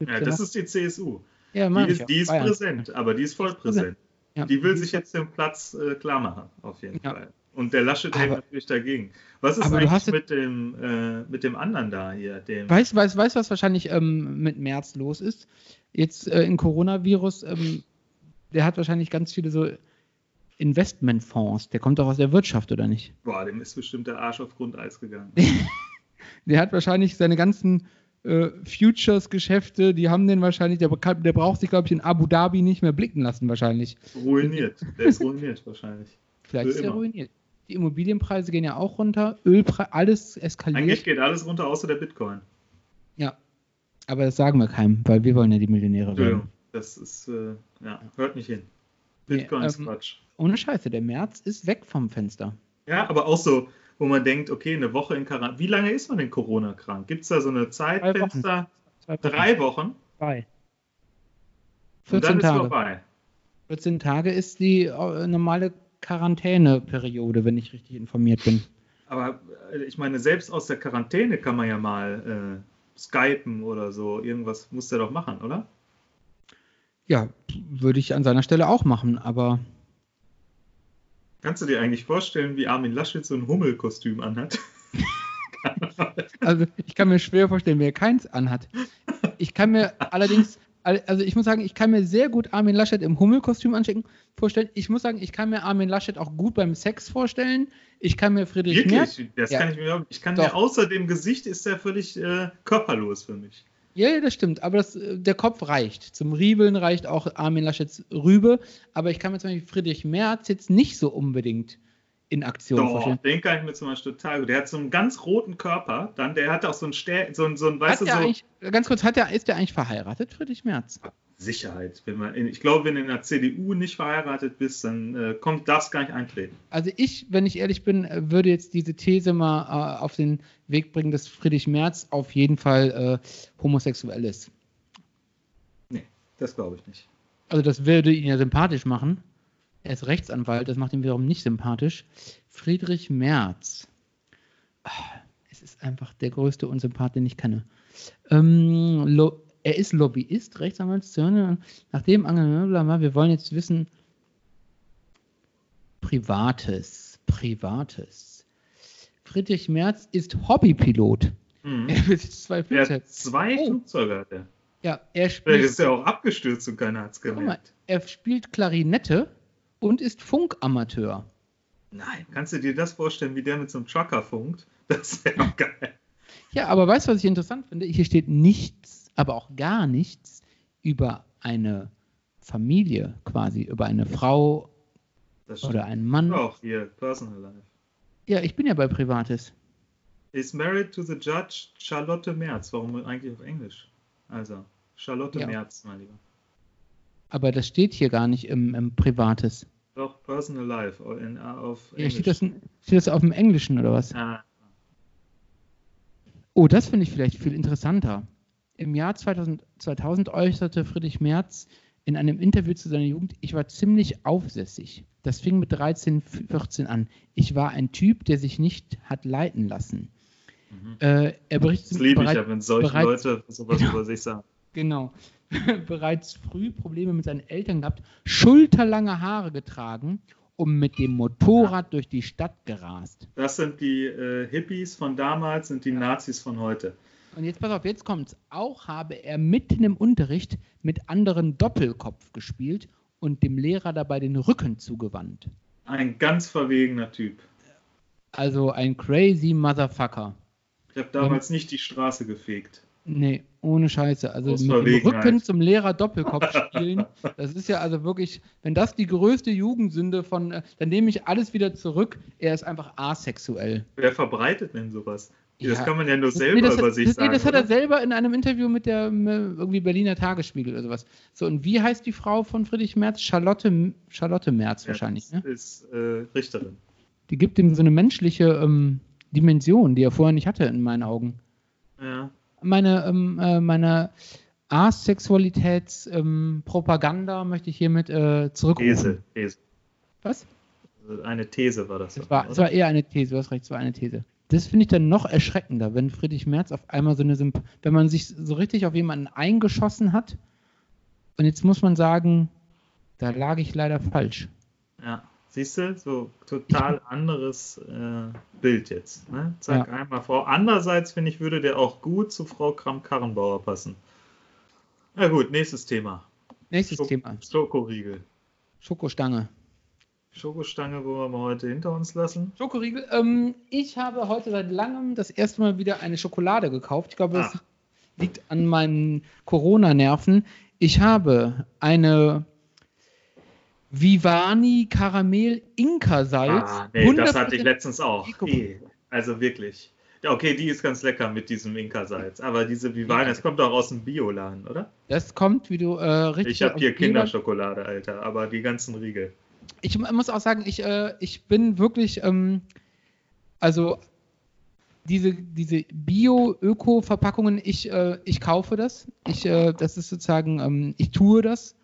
Speaker 3: Ja, das ist die CSU.
Speaker 2: ja,
Speaker 3: Die
Speaker 2: mag ich
Speaker 3: ist,
Speaker 2: auch.
Speaker 3: die ist
Speaker 2: Bayern.
Speaker 3: präsent, aber die ist voll präsent.
Speaker 2: Ja.
Speaker 3: Die will sich jetzt den Platz äh, klar machen, auf jeden
Speaker 2: Ja.
Speaker 3: Fall. Und der Laschet hält
Speaker 2: Aber-
Speaker 3: natürlich dagegen. Was ist
Speaker 2: Aber du
Speaker 3: eigentlich
Speaker 2: hast jetzt-
Speaker 3: mit dem, äh, mit dem anderen da hier? Dem,
Speaker 2: Weißt du, weiß, weiß, was wahrscheinlich ähm, mit März los ist? Jetzt äh, im Coronavirus, ähm, der hat wahrscheinlich ganz viele so Investmentfonds. Der kommt doch aus der Wirtschaft, oder nicht?
Speaker 3: boah, dem ist bestimmt der Arsch auf Grundeis gegangen.
Speaker 2: Der hat wahrscheinlich seine ganzen äh, Futures-Geschäfte, die haben den wahrscheinlich, der, kann- der braucht sich, glaube ich, in Abu Dhabi nicht mehr blicken lassen, wahrscheinlich.
Speaker 3: Ruiniert. Der ist ruiniert wahrscheinlich.
Speaker 2: Vielleicht
Speaker 3: Für
Speaker 2: ist er
Speaker 3: immer.
Speaker 2: ruiniert. Die Immobilienpreise gehen ja auch runter, Ölpreise, alles eskaliert.
Speaker 3: Eigentlich geht alles runter, außer der Bitcoin.
Speaker 2: Ja. Aber das sagen wir keinem, weil wir wollen ja die Millionäre werden.
Speaker 3: Entschuldigung, das ist, äh, ja, hört nicht hin. Bitcoin
Speaker 2: Nee,
Speaker 3: ist
Speaker 2: ähm,
Speaker 3: Quatsch.
Speaker 2: Ohne Scheiße, der März ist weg vom Fenster.
Speaker 3: Ja, aber auch so, wo man denkt, okay, eine Woche in Quarantäne. Wie lange ist man in Corona krank? Gibt es da so eine Zeitfenster?
Speaker 2: Zwei Wochen.
Speaker 3: Drei Wochen
Speaker 2: Zwei.
Speaker 3: und dann
Speaker 2: 14
Speaker 3: ist
Speaker 2: Tage.
Speaker 3: vorbei.
Speaker 2: 14 Tage ist die äh, normale Quarantäneperiode, wenn ich richtig informiert bin.
Speaker 3: Aber äh, ich meine, selbst aus der Quarantäne kann man ja mal äh, skypen oder so. Irgendwas muss der doch machen, oder?
Speaker 2: Ja, würde ich an seiner Stelle auch machen, aber
Speaker 3: Kannst du dir eigentlich vorstellen, wie Armin Laschet so ein Hummelkostüm anhat?
Speaker 2: also ich kann mir schwer vorstellen, wer keins anhat. Ich kann mir allerdings, al- also ich muss sagen, ich kann mir sehr gut Armin Laschet im Hummelkostüm anschicken, vorstellen. Ich muss sagen, ich kann mir Armin Laschet auch gut beim Sex vorstellen. Ich kann mir Friedrich Merz.
Speaker 3: Wirklich? Das
Speaker 2: Ja.
Speaker 3: kann ich mir überhaupt- Ich kann
Speaker 2: Doch.
Speaker 3: mir außer dem Gesicht ist er völlig äh, körperlos für mich.
Speaker 2: Ja, ja, das stimmt. Aber das, äh, der Kopf reicht. Zum Riebeln reicht auch Armin Laschets Rübe. Aber ich kann mir zum Beispiel Friedrich Merz jetzt nicht so unbedingt in Aktion
Speaker 3: Doch,
Speaker 2: vorstellen.
Speaker 3: den kann ich mir zum Beispiel total gut. Der hat so einen ganz roten Körper, dann der hat auch so ein, Stär so ein, so ein
Speaker 2: Hat
Speaker 3: weißt
Speaker 2: der
Speaker 3: du, so
Speaker 2: eigentlich, ganz kurz, hat der, ist der eigentlich verheiratet, Friedrich Merz?
Speaker 3: Sicherheit. Wenn man in, ich glaube, wenn du in der CDU nicht verheiratet bist, dann äh, kommt das gar nicht eintreten.
Speaker 2: Also ich, wenn ich ehrlich bin, äh, würde jetzt diese These mal äh, auf den Weg bringen, dass Friedrich Merz auf jeden Fall äh, homosexuell ist.
Speaker 3: Nee, das glaube ich nicht.
Speaker 2: also das würde ihn ja sympathisch machen. Er ist Rechtsanwalt, das macht ihn wiederum nicht sympathisch. Friedrich Merz. Ah, Es ist einfach der größte Unsympath, den ich kenne. Ähm, Lo er ist Lobbyist, Rechtsanwalt, nachdem Angela Blablabla, wir wollen jetzt wissen, Privates, Privates. Friedrich Merz ist Hobbypilot.
Speaker 3: Mhm.
Speaker 2: Er besitzt zwei
Speaker 3: Er
Speaker 2: Flugzeuge.
Speaker 3: hat zwei
Speaker 2: Oh.
Speaker 3: Flugzeuge hat er.
Speaker 2: Ja, er
Speaker 3: Vielleicht
Speaker 2: spielt,
Speaker 3: ist er auch abgestürzt und keiner hat es
Speaker 2: guck mal,
Speaker 3: gemerkt.
Speaker 2: er spielt Klarinette und ist Funkamateur.
Speaker 3: Nein, kannst du dir das vorstellen, wie der mit so einem Trucker funkt? Das wäre doch geil.
Speaker 2: Ja, aber weißt du, was ich interessant finde? Hier steht nichts, aber auch gar nichts über eine Familie quasi, über eine Frau
Speaker 3: Das stimmt
Speaker 2: oder einen Mann.
Speaker 3: auch hier, Personal Life.
Speaker 2: Ja, ich bin ja bei Privates.
Speaker 3: Is married to the judge Charlotte Merz. Warum eigentlich auf Englisch? Also, Charlotte
Speaker 2: Ja.
Speaker 3: Merz, mein Lieber.
Speaker 2: Aber das steht hier gar nicht im, im Privates.
Speaker 3: Doch, Personal Life oh, in, äh, auf
Speaker 2: Ja,
Speaker 3: Englisch.
Speaker 2: steht, das in, steht das auf dem Englischen oder was?
Speaker 3: ah,
Speaker 2: Oh, das finde ich vielleicht viel interessanter. Im Jahr 2000, 2000 äußerte Friedrich Merz in einem Interview zu seiner Jugend, ich war ziemlich aufsässig. Das fing mit 13, 14 an. Ich war ein Typ, der sich nicht hat leiten lassen. Äh, er berichtet
Speaker 3: Mhm. das liebe ich
Speaker 2: bereit-
Speaker 3: ja, wenn solche
Speaker 2: bereits-
Speaker 3: Leute sowas über sich sagen.
Speaker 2: Genau. Bereits früh Probleme mit seinen Eltern gehabt, schulterlange Haare getragen und mit dem Motorrad durch die Stadt gerast.
Speaker 3: Das sind die äh, Hippies von damals und die Nazis von heute.
Speaker 2: Und jetzt pass auf, jetzt kommt's. Auch habe er mitten im Unterricht mit anderen Doppelkopf gespielt und dem Lehrer dabei den Rücken zugewandt.
Speaker 3: Ein ganz verwegener Typ.
Speaker 2: Also ein crazy Motherfucker.
Speaker 3: Ich habe damals nicht die Straße gefegt.
Speaker 2: Nee, ohne Scheiße. Also
Speaker 3: Aus
Speaker 2: mit dem
Speaker 3: Verlegenheit.
Speaker 2: Rücken zum Lehrer Doppelkopf spielen, das ist ja also wirklich, wenn das die größte Jugendsünde von, äh, dann nehme ich alles wieder zurück. Er ist einfach asexuell.
Speaker 3: Wer verbreitet denn sowas?
Speaker 2: Ja.
Speaker 3: Das kann man ja nur selber
Speaker 2: nee, das,
Speaker 3: über
Speaker 2: hat,
Speaker 3: sich
Speaker 2: nee,
Speaker 3: sagen.
Speaker 2: das hat er
Speaker 3: oder?
Speaker 2: selber in einem Interview mit der ähm, irgendwie Berliner Tagesspiegel oder sowas. So, und wie heißt die Frau von Friedrich Merz? Charlotte, Charlotte Merz wahrscheinlich.
Speaker 3: Ja,
Speaker 2: Ne?
Speaker 3: das Ist äh, Richterin.
Speaker 2: Die gibt ihm so eine menschliche ähm, Dimension, die er vorher nicht hatte, in meinen Augen.
Speaker 3: Ja.
Speaker 2: Meine, ähm, äh, meine Asexualitätspropaganda ähm, Propaganda möchte ich hiermit äh, zurückrufen.
Speaker 3: These. These.
Speaker 2: Was?
Speaker 3: Also Eine These war das.
Speaker 2: Es war, es war eher eine These, du hast recht, es war eine These. Das finde ich dann noch erschreckender, wenn Friedrich Merz auf einmal so eine, Symp wenn man sich so richtig auf jemanden eingeschossen hat und jetzt muss man sagen, da lag ich leider falsch.
Speaker 3: ja. Siehst du, so total anderes äh, Bild jetzt. Ne? Zack, einmal Frau. Andererseits finde ich, würde der auch gut zu Frau Kram-Karrenbauer passen. Na gut, nächstes Thema.
Speaker 2: Nächstes
Speaker 3: Schok-
Speaker 2: Thema,
Speaker 3: Schokoriegel.
Speaker 2: Schokostange.
Speaker 3: Schokostange wollen wir mal heute hinter uns lassen.
Speaker 2: Schokoriegel, ähm, ich habe heute seit langem das erste Mal wieder eine Schokolade gekauft. Ich glaube, das
Speaker 3: Ach.
Speaker 2: liegt an meinen Corona-Nerven. Ich habe eine Vivani Karamell Inka Salz.
Speaker 3: Ah, nee, das hatte ich
Speaker 2: 100%
Speaker 3: letztens auch.
Speaker 2: Rico-
Speaker 3: Nee, also wirklich. Ja, okay, die ist ganz lecker mit diesem Inka-Salz. Aber diese Vivane,
Speaker 2: Ja.
Speaker 3: das kommt doch aus dem Bioladen, oder?
Speaker 2: Das kommt, wie du äh, richtig.
Speaker 3: Ich habe
Speaker 2: auf
Speaker 3: hier
Speaker 2: die Leber-
Speaker 3: Kinderschokolade, Alter, aber die ganzen Riegel.
Speaker 2: Ich mu- muss auch sagen, ich, äh, ich bin wirklich, ähm, also diese, diese Bio-Öko-Verpackungen, ich, äh, ich kaufe das. Ich, äh, das ist sozusagen, ähm, ich tue das,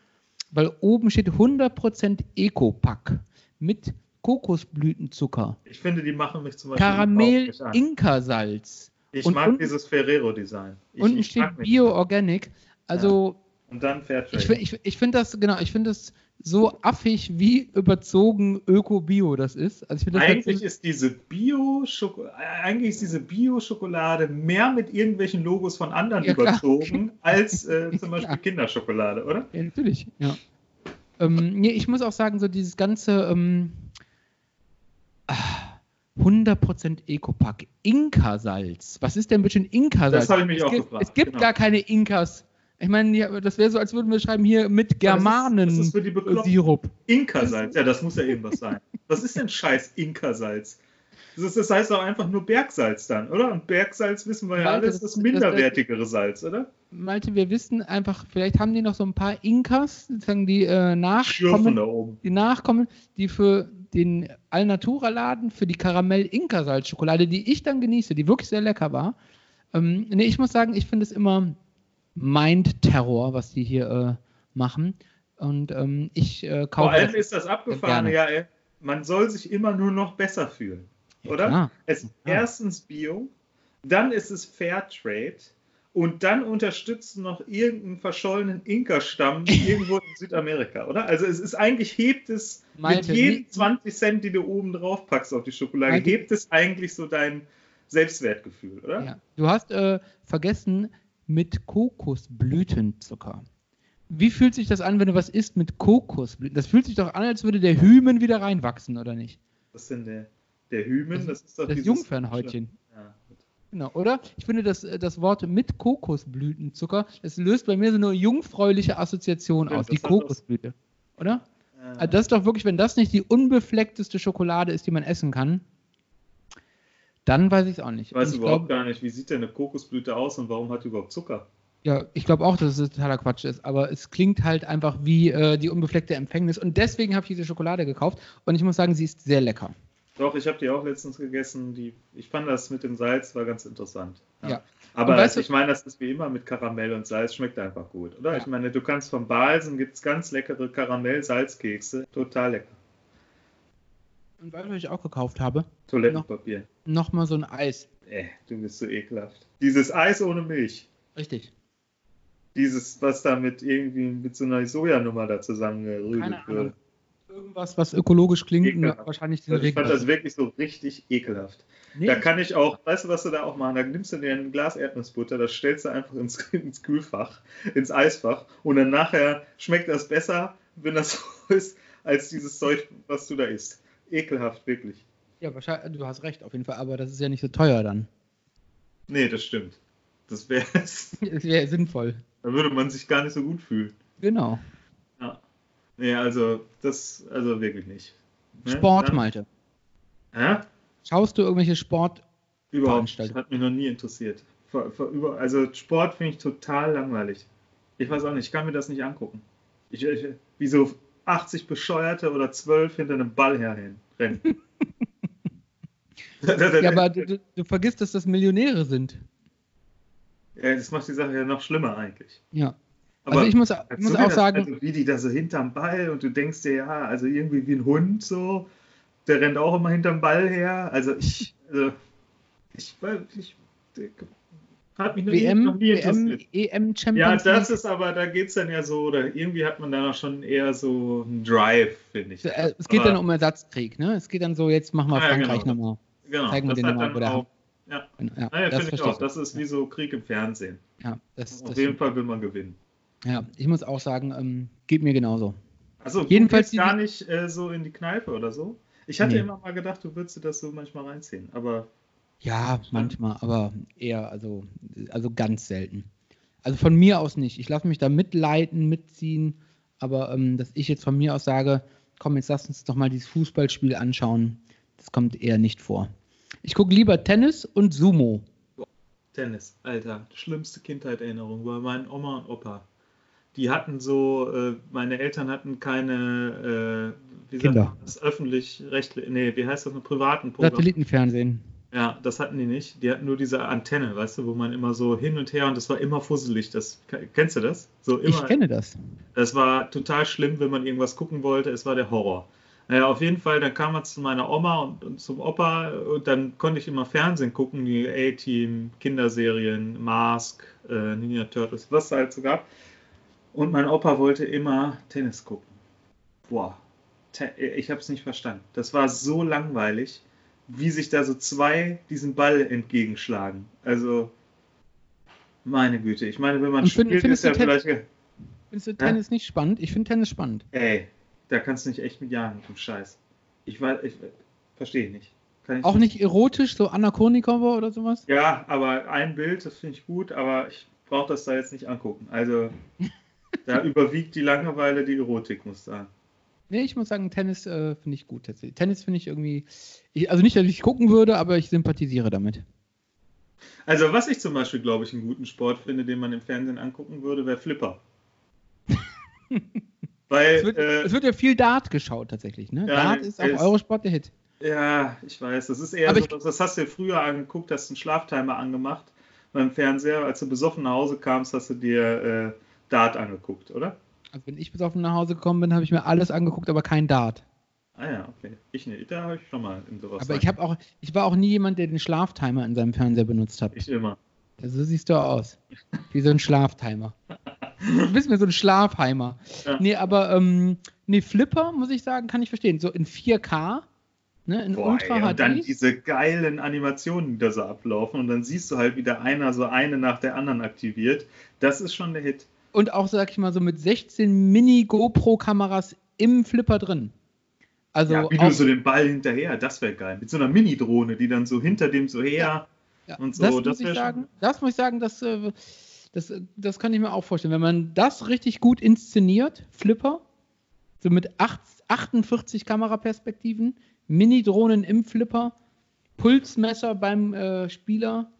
Speaker 2: weil oben steht 100% Eco-Pack mit Kokosblütenzucker,
Speaker 3: Ich finde, die machen mich zum Beispiel Oh, überhaupt nicht an.
Speaker 2: Karamell-Inka-Salz.
Speaker 3: Ich
Speaker 2: und
Speaker 3: mag
Speaker 2: unten-
Speaker 3: dieses Ferrero-Design. Ich,
Speaker 2: Unten
Speaker 3: ich
Speaker 2: steht
Speaker 3: mag mich.
Speaker 2: Bio-Organic. Also.
Speaker 3: Und dann
Speaker 2: Ich,
Speaker 3: Fairtrade.
Speaker 2: fi- ich, ich finde das, genau, ich finde das so affig, wie überzogen Öko-Bio das ist. Also ich finde das
Speaker 3: Eigentlich
Speaker 2: halt-
Speaker 3: ist diese Bio-Schoko- äh, eigentlich ist diese Bio-Schokolade mehr mit irgendwelchen Logos von anderen
Speaker 2: Ja, klar.
Speaker 3: überzogen als äh, zum Beispiel
Speaker 2: Klar.
Speaker 3: Kinderschokolade, oder?
Speaker 2: ja, natürlich, ja. Ähm, nee, ich muss auch sagen, so dieses ganze ähm, ah, 100% Eco-Pack, Inka-Salz. Was ist denn bitte ein Inka-Salz?
Speaker 3: Das habe ich mich
Speaker 2: es
Speaker 3: auch
Speaker 2: gibt,
Speaker 3: gefragt,
Speaker 2: Es gibt
Speaker 3: genau.
Speaker 2: gar keine Inkas. Ich meine, ja, das wäre so, als würden wir schreiben hier mit
Speaker 3: Ja, das ist- das ist für die Bekloppten.
Speaker 2: Germanen-Sirup.
Speaker 3: Inka-Salz, ja, das muss ja eben was sein. Was ist denn scheiß Inka-Salz? Das, ist- das heißt doch einfach nur Bergsalz dann, oder? Und Bergsalz wissen wir ja
Speaker 2: Nein,
Speaker 3: alle, ist
Speaker 2: das-
Speaker 3: das minderwertigere Salz, oder?
Speaker 2: Malte, wir wissen einfach, vielleicht haben die noch so ein paar Inkas, sozusagen die äh,
Speaker 3: Schürfen
Speaker 2: nachkommen.
Speaker 3: da oben.
Speaker 2: die Nachkommen, die für den Alnatura-Laden, für die Karamell-Inka-Salzschokolade, die ich dann genieße, die wirklich sehr lecker war. Ähm, nee, ich muss sagen, ich finde es immer Mind-Terror, was die hier äh, machen. Und ähm, ich äh, kaufe.
Speaker 3: Vor allem
Speaker 2: das-
Speaker 3: ist das abgefahrene ja, ey, man soll sich immer nur noch besser fühlen,
Speaker 2: Ja,
Speaker 3: oder?
Speaker 2: klar.
Speaker 3: Es ist
Speaker 2: Ja.
Speaker 3: erstens Bio, dann ist es Fairtrade und dann unterstützt noch irgendeinen verschollenen Inka-Stamm irgendwo in Südamerika, oder? Also es ist eigentlich hebt es
Speaker 2: Malte,
Speaker 3: mit jedem
Speaker 2: nie-
Speaker 3: 20 Cent, die du oben drauf packst auf die Schokolade,
Speaker 2: Malte-
Speaker 3: hebt es eigentlich so dein Selbstwertgefühl, oder?
Speaker 2: Ja. Du hast äh, vergessen mit Kokosblütenzucker. Wie fühlt sich das an, wenn du was isst mit Kokosblüten? Das fühlt sich doch an, als würde der Hymen wieder reinwachsen, oder nicht?
Speaker 3: Was ist denn der, der Hymen? Das, ist doch
Speaker 2: Das
Speaker 3: dieses-
Speaker 2: Jungfernhäutchen.
Speaker 3: Ja, gut.
Speaker 2: Genau, oder? Ich finde, das, äh, das Wort mit Kokosblütenzucker, das löst bei mir so eine jungfräuliche Assoziation
Speaker 3: Stimmt,
Speaker 2: aus, die
Speaker 3: das hat was.
Speaker 2: Kokosblüte. Oder?
Speaker 3: Ja.
Speaker 2: Also das ist doch wirklich, wenn das nicht die unbefleckteste Schokolade ist, die man essen kann, dann weiß ich es auch nicht.
Speaker 3: Ich weiß
Speaker 2: Und ich
Speaker 3: überhaupt
Speaker 2: glaub-
Speaker 3: gar nicht, wie sieht denn eine Kokosblüte aus und warum hat die überhaupt Zucker?
Speaker 2: Ja, ich glaube auch, dass es totaler Quatsch ist, aber es klingt halt einfach wie äh, die unbefleckte Empfängnis und deswegen habe ich diese Schokolade gekauft und ich muss sagen, sie ist sehr lecker.
Speaker 3: Doch, ich habe die auch letztens gegessen. Die, ich fand das mit dem Salz war ganz interessant.
Speaker 2: Ja.
Speaker 3: Aber
Speaker 2: Und weißt du-
Speaker 3: ich meine, das ist wie immer mit Karamell und Salz, schmeckt einfach gut, oder?
Speaker 2: Ja.
Speaker 3: Ich meine, du kannst vom Balsen gibt es ganz leckere Karamell-Salzkekse. Total lecker.
Speaker 2: Und weil ich auch gekauft habe,
Speaker 3: Toilettenpapier.
Speaker 2: nochmal so ein Eis.
Speaker 3: Äh, du bist so ekelhaft. Dieses Eis ohne Milch.
Speaker 2: Richtig.
Speaker 3: Dieses, was da mit irgendwie mit so einer Sojanummer da
Speaker 2: Keine
Speaker 3: zusammengerübelt
Speaker 2: Ahnung.
Speaker 3: wird.
Speaker 2: Irgendwas, was ökologisch klingt und
Speaker 3: Ekelhaft.
Speaker 2: wahrscheinlich den
Speaker 3: Also ich fand
Speaker 2: Regenwald-
Speaker 3: das wirklich so richtig ekelhaft.
Speaker 2: Nee,
Speaker 3: Da kann ich auch, weißt du, was du da auch machen? Da nimmst du dir ein Glas Erdnussbutter, das stellst du einfach ins, ins Kühlfach, ins Eisfach und dann nachher schmeckt das besser, wenn das so ist, als dieses Zeug, was du da isst. Ekelhaft, wirklich.
Speaker 2: ja, wahrscheinlich, du hast recht auf jeden Fall, aber das ist ja nicht so teuer dann.
Speaker 3: Nee, das stimmt. Das wäre es.
Speaker 2: Es wäre sinnvoll.
Speaker 3: Da würde man sich gar nicht so gut fühlen.
Speaker 2: Genau.
Speaker 3: Ja. Nee, also, das, also wirklich nicht. Ne?
Speaker 2: Sport,
Speaker 3: Dann-
Speaker 2: Malte.
Speaker 3: Hä?
Speaker 2: Schaust du irgendwelche Sport?
Speaker 3: Überhaupt,
Speaker 2: Veranstaltung.
Speaker 3: das hat mich noch nie interessiert. Ver- ver- über- Also Sport finde ich total langweilig. Ich weiß auch nicht, ich kann mir das nicht angucken. Ich, ich, wie so 80 Bescheuerte oder 12 hinter einem Ball herrennen.
Speaker 2: Ja, aber du, du, du vergisst, dass das Millionäre sind.
Speaker 3: Ja, das macht die Sache ja noch schlimmer eigentlich.
Speaker 2: Ja.
Speaker 3: Aber
Speaker 2: also ich muss,
Speaker 3: als
Speaker 2: ich muss
Speaker 3: du mir
Speaker 2: auch
Speaker 3: das-
Speaker 2: sagen,
Speaker 3: also wie die da so hinterm Ball und du denkst dir, ja, also irgendwie wie ein Hund so, der rennt auch immer hinterm Ball her. Also ich, also ich, ich, ich hat mich noch nie- noch
Speaker 2: WM,
Speaker 3: nie
Speaker 2: WM,
Speaker 3: interessiert.
Speaker 2: EM
Speaker 3: Ja,
Speaker 2: E Champions
Speaker 3: das ist aber, da geht es dann ja so, oder irgendwie hat man da noch schon eher so einen Drive, finde ich.
Speaker 2: League. Äh, Es geht
Speaker 3: aber,
Speaker 2: dann um Ersatzkrieg, ne? Es geht dann so, jetzt machen wir
Speaker 3: Ah, ja,
Speaker 2: Frankreich
Speaker 3: genau.
Speaker 2: nochmal.
Speaker 3: genau,
Speaker 2: zeigen wir
Speaker 3: das
Speaker 2: den
Speaker 3: hat
Speaker 2: nochmal,
Speaker 3: dann
Speaker 2: wo der
Speaker 3: auch-
Speaker 2: Ja,
Speaker 3: Naja,
Speaker 2: das
Speaker 3: finde ich
Speaker 2: verstehe
Speaker 3: auch.
Speaker 2: ich.
Speaker 3: Das ist wie so Krieg im Fernsehen.
Speaker 2: Ja, das,
Speaker 3: Auf
Speaker 2: das,
Speaker 3: jeden Fall will man gewinnen.
Speaker 2: ja, ich muss auch sagen, ähm, geht mir genauso.
Speaker 3: Also, du
Speaker 2: Jedenfalls
Speaker 3: gehst
Speaker 2: die-
Speaker 3: gar nicht äh, so in die Kneipe oder so. Ich hatte
Speaker 2: Nee.
Speaker 3: immer mal gedacht, du würdest dir das so manchmal reinziehen, aber
Speaker 2: Ja, manchmal, aber eher, also, also ganz selten. Also von mir aus nicht. Ich lasse mich da mitleiten, mitziehen, aber ähm, dass ich jetzt von mir aus sage, komm, jetzt lass uns doch mal dieses Fußballspiel anschauen, das kommt eher nicht vor. Ich gucke lieber Tennis und Sumo.
Speaker 3: Tennis, Alter, schlimmste Kindheitserinnerung bei meinen Oma und Opa. Die hatten so, äh, meine Eltern hatten keine, äh, wie sagt
Speaker 2: Kinder.
Speaker 3: man das, öffentlich-rechtliche, nee, wie heißt das, eine privaten Programm.
Speaker 2: Satellitenfernsehen.
Speaker 3: Ja, das hatten die nicht. Die hatten nur diese Antenne, weißt du, wo man immer so hin und her und das war immer fusselig. Das, kennst du das? So immer.
Speaker 2: Ich kenne das.
Speaker 3: Das war total schlimm, wenn man irgendwas gucken wollte. Es war der Horror. Naja, auf jeden Fall, dann kam man zu meiner Oma und, und zum Opa und dann konnte ich immer Fernsehen gucken, die A-Team, Kinderserien, Mask, äh, Ninja Turtles, was es halt so gab. Und mein Opa wollte immer Tennis gucken. Boah, Te ich habe es nicht verstanden. Das war so langweilig, wie sich da so zwei diesen Ball entgegenschlagen. Also, meine Güte. Ich meine, wenn man
Speaker 2: Und find-
Speaker 3: spielt,
Speaker 2: findest
Speaker 3: ist ja
Speaker 2: du Ten-
Speaker 3: vielleicht...
Speaker 2: Findest du Tennis nicht spannend? Ich finde Tennis spannend.
Speaker 3: Ey, da kannst du nicht echt mit jagen mit dem Scheiß. Ich weiß, ich verstehe nicht. Kann ich
Speaker 2: Auch nicht erotisch, so Anna Kournikova oder sowas?
Speaker 3: Ja, aber ein Bild, das finde ich gut, aber ich brauche das da jetzt nicht angucken. Also, da überwiegt die Langeweile die Erotik, muss ich sagen.
Speaker 2: Nee, ich muss sagen, Tennis äh, finde ich gut. tatsächlich. Tennis finde ich irgendwie, ich, also nicht, dass ich gucken würde, aber ich sympathisiere damit.
Speaker 3: Also, was ich zum Beispiel, glaube ich, einen guten Sport finde, den man im Fernsehen angucken würde, wäre Flipper.
Speaker 2: Es
Speaker 3: Weil,
Speaker 2: wird,
Speaker 3: äh,
Speaker 2: es wird ja viel Dart geschaut tatsächlich, ne?
Speaker 3: Ja,
Speaker 2: Dart
Speaker 3: nee,
Speaker 2: ist auf
Speaker 3: es-
Speaker 2: Eurosport der Hit.
Speaker 3: Ja, ich weiß. Das ist eher
Speaker 2: Aber
Speaker 3: so, das hast du dir früher angeguckt, hast einen Schlaftimer angemacht beim Fernseher. Als du besoffen nach Hause kamst, hast du dir äh, Dart angeguckt, oder?
Speaker 2: Also wenn ich besoffen nach Hause gekommen bin, habe ich mir alles angeguckt, aber kein Dart.
Speaker 3: Ah ja, okay. Ich nicht. Da habe ich schon mal in sowas.
Speaker 2: Aber ich habe auch, ich war auch nie jemand, der den Schlaftimer in seinem Fernseher benutzt hat. Also
Speaker 3: Ich immer.
Speaker 2: So siehst du aus. Wie so ein Schlaftimer. Du bist mir so ein Schlafheimer.
Speaker 3: Ja.
Speaker 2: Nee, aber ähm, nee, Flipper, muss ich sagen, kann ich verstehen. So in 4K, ne, in
Speaker 3: Boah,
Speaker 2: Ultra
Speaker 3: ey, und dann
Speaker 2: HD.
Speaker 3: diese geilen Animationen, die da so ablaufen. Und dann siehst du halt, wie der einer so eine nach der anderen aktiviert. Das ist schon der Hit.
Speaker 2: Und auch, sag ich mal, so mit 16 Mini-GoPro-Kameras im Flipper drin. Also
Speaker 3: ja, wie
Speaker 2: auch,
Speaker 3: du so den Ball hinterher, das wäre geil. Mit so einer Mini-Drohne, die dann so hinter dem so her.
Speaker 2: ja,
Speaker 3: und so,
Speaker 2: das,
Speaker 3: das
Speaker 2: muss
Speaker 3: wär
Speaker 2: ich
Speaker 3: schon-
Speaker 2: sagen, das muss ich sagen, das, äh, das, das kann ich mir auch vorstellen. Wenn man das richtig gut inszeniert, Flipper, so mit acht- 48 Kameraperspektiven, Mini-Drohnen im Flipper, Pulsmesser beim äh, Spieler.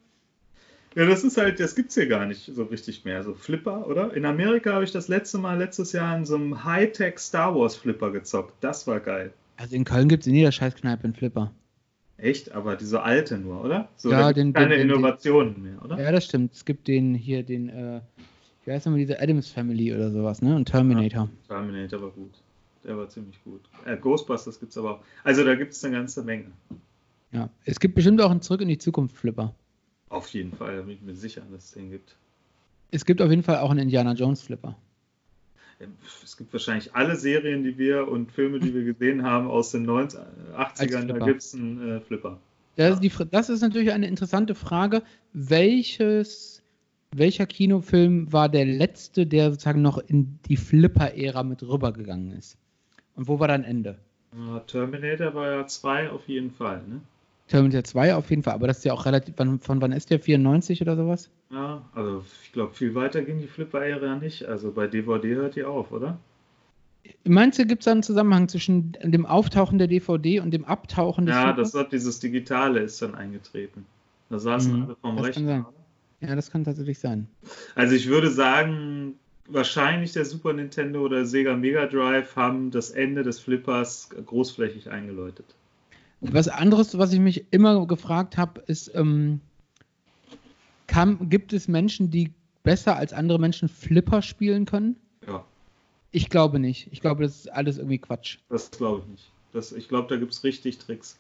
Speaker 3: Ja, das ist halt, das gibt's hier gar nicht so richtig mehr. So Flipper, oder? In Amerika habe ich das letzte Mal letztes Jahr in so einem Hightech Star Wars Flipper gezockt. Das war geil.
Speaker 2: Also in Köln gibt es in jeder Scheißkneipe einen Flipper.
Speaker 3: Echt, aber diese alte nur, oder? So,
Speaker 2: Ja,
Speaker 3: da gibt's
Speaker 2: den-
Speaker 3: keine
Speaker 2: den- den-
Speaker 3: Innovationen mehr, oder?
Speaker 2: Ja, das stimmt. Es gibt den hier, den, äh, wie heißt nochmal diese Adams Family oder sowas, ne? Und Terminator.
Speaker 3: Terminator war gut. Der war ziemlich gut. Äh, Ghostbusters gibt's aber auch. Also da gibt's eine ganze Menge.
Speaker 2: Ja. Es gibt bestimmt auch einen Zurück in die Zukunft Flipper.
Speaker 3: Auf jeden Fall, da bin ich mir sicher, dass es den gibt.
Speaker 2: Es gibt auf jeden Fall auch einen Indiana Jones Flipper.
Speaker 3: Ähm, Es gibt wahrscheinlich alle Serien, die wir und Filme, die wir gesehen haben aus den 90, 80ern, da
Speaker 2: Flipper.
Speaker 3: gibt's einen äh, Flipper.
Speaker 2: Das,
Speaker 3: Ja.
Speaker 2: ist die, Fra- das ist natürlich eine interessante Frage. Welches, welcher Kinofilm war der letzte, der sozusagen noch in die Flipper-Ära mit rübergegangen ist? Und wo war dann Ende?
Speaker 3: Ja, Äh, Terminator war ja 2 auf jeden Fall, ne?
Speaker 2: Terminator 2 auf jeden Fall, aber das ist ja auch relativ, wann, von wann ist der? 94 oder sowas?
Speaker 3: Ja, also ich glaube, viel weiter ging die Flipper-Ära ja nicht. Also bei DVD hört die auf, oder?
Speaker 2: Meinst du, gibt es da einen Zusammenhang zwischen dem Auftauchen der DVD und dem Abtauchen des
Speaker 3: Ja,
Speaker 2: Flippers?
Speaker 3: das hat dieses Digitale ist dann eingetreten. Da saßen
Speaker 2: Mhm,
Speaker 3: alle vom
Speaker 2: das kann sein.
Speaker 3: Rechner.
Speaker 2: ja, das kann tatsächlich sein.
Speaker 3: Also ich würde sagen, wahrscheinlich der Super Nintendo oder Sega Mega Drive haben das Ende des Flippers großflächig eingeläutet.
Speaker 2: Was anderes, was ich mich immer gefragt habe, ist, ähm, kam, gibt es Menschen, die besser als andere Menschen Flipper spielen können?
Speaker 3: Ja,
Speaker 2: Ich glaube nicht. Ich glaube, das ist alles irgendwie Quatsch.
Speaker 3: das glaube ich nicht. Das, ich glaube, da gibt es richtig Tricks.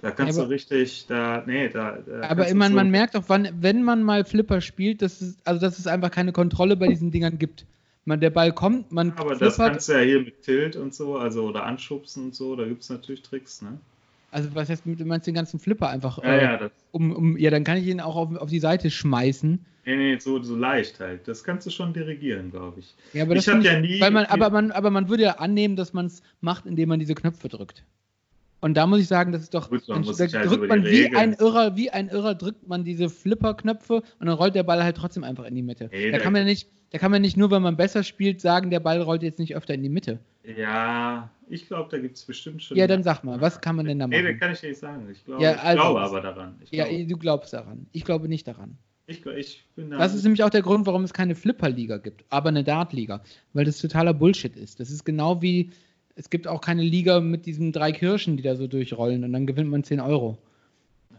Speaker 3: Da kannst
Speaker 2: Ja, aber-
Speaker 3: du richtig, da, nee, da. da
Speaker 2: Aber
Speaker 3: kannst du
Speaker 2: immerhin,
Speaker 3: so-
Speaker 2: man merkt auch, wann, wenn man mal Flipper spielt, dass es, also, dass es einfach keine Kontrolle bei diesen Dingern gibt. Man, der Ball kommt, man
Speaker 3: Aber das
Speaker 2: flippert,
Speaker 3: kannst du ja hier mit Tilt und so, also oder anschubsen und so, da gibt es natürlich Tricks, ne?
Speaker 2: also was heißt, du meinst den ganzen Flipper einfach
Speaker 3: Ja,
Speaker 2: äh,
Speaker 3: ja, das,
Speaker 2: Um, um, ja, dann kann ich ihn auch auf, auf die Seite schmeißen.
Speaker 3: nee, nee, so, so leicht halt. Das kannst du schon dirigieren, glaube ich.
Speaker 2: Ja, aber das
Speaker 3: Ich hab
Speaker 2: find
Speaker 3: ja nie-
Speaker 2: Weil man, aber, man, aber man würde ja annehmen, dass man es macht, indem man diese Knöpfe drückt. Und da muss ich sagen, das ist doch.
Speaker 3: Gut, man
Speaker 2: dann-
Speaker 3: muss
Speaker 2: da
Speaker 3: sich halt über
Speaker 2: drückt
Speaker 3: die
Speaker 2: man wie
Speaker 3: Regeln-
Speaker 2: ein Irrer, wie ein Irrer drückt man diese Flipper-Knöpfe und dann rollt der Ball halt trotzdem einfach in die Mitte.
Speaker 3: Ey,
Speaker 2: da
Speaker 3: da-
Speaker 2: kann man ja nicht, da kann man nicht nur, weil man besser spielt, sagen, der Ball rollt jetzt nicht öfter in die Mitte.
Speaker 3: Ja, ich glaube, da gibt es bestimmt schon.
Speaker 2: Ja, dann sag mal, was kann man denn da
Speaker 3: Nee, das
Speaker 2: machen?
Speaker 3: kann ich dir nicht sagen. Ich glaube,
Speaker 2: Ja,
Speaker 3: ich
Speaker 2: also-
Speaker 3: glaube aber daran. Ich,
Speaker 2: Ja,
Speaker 3: glaube,
Speaker 2: du glaubst daran. Ich glaube nicht daran.
Speaker 3: ich, glaub- ich bin da.
Speaker 2: Das ist nämlich auch der Grund, warum es keine Flipper-Liga gibt, aber eine Dart-Liga, weil das totaler Bullshit ist. Das ist genau wie, es gibt auch keine Liga mit diesen drei Kirschen, die da so durchrollen und dann gewinnt man 10 Euro.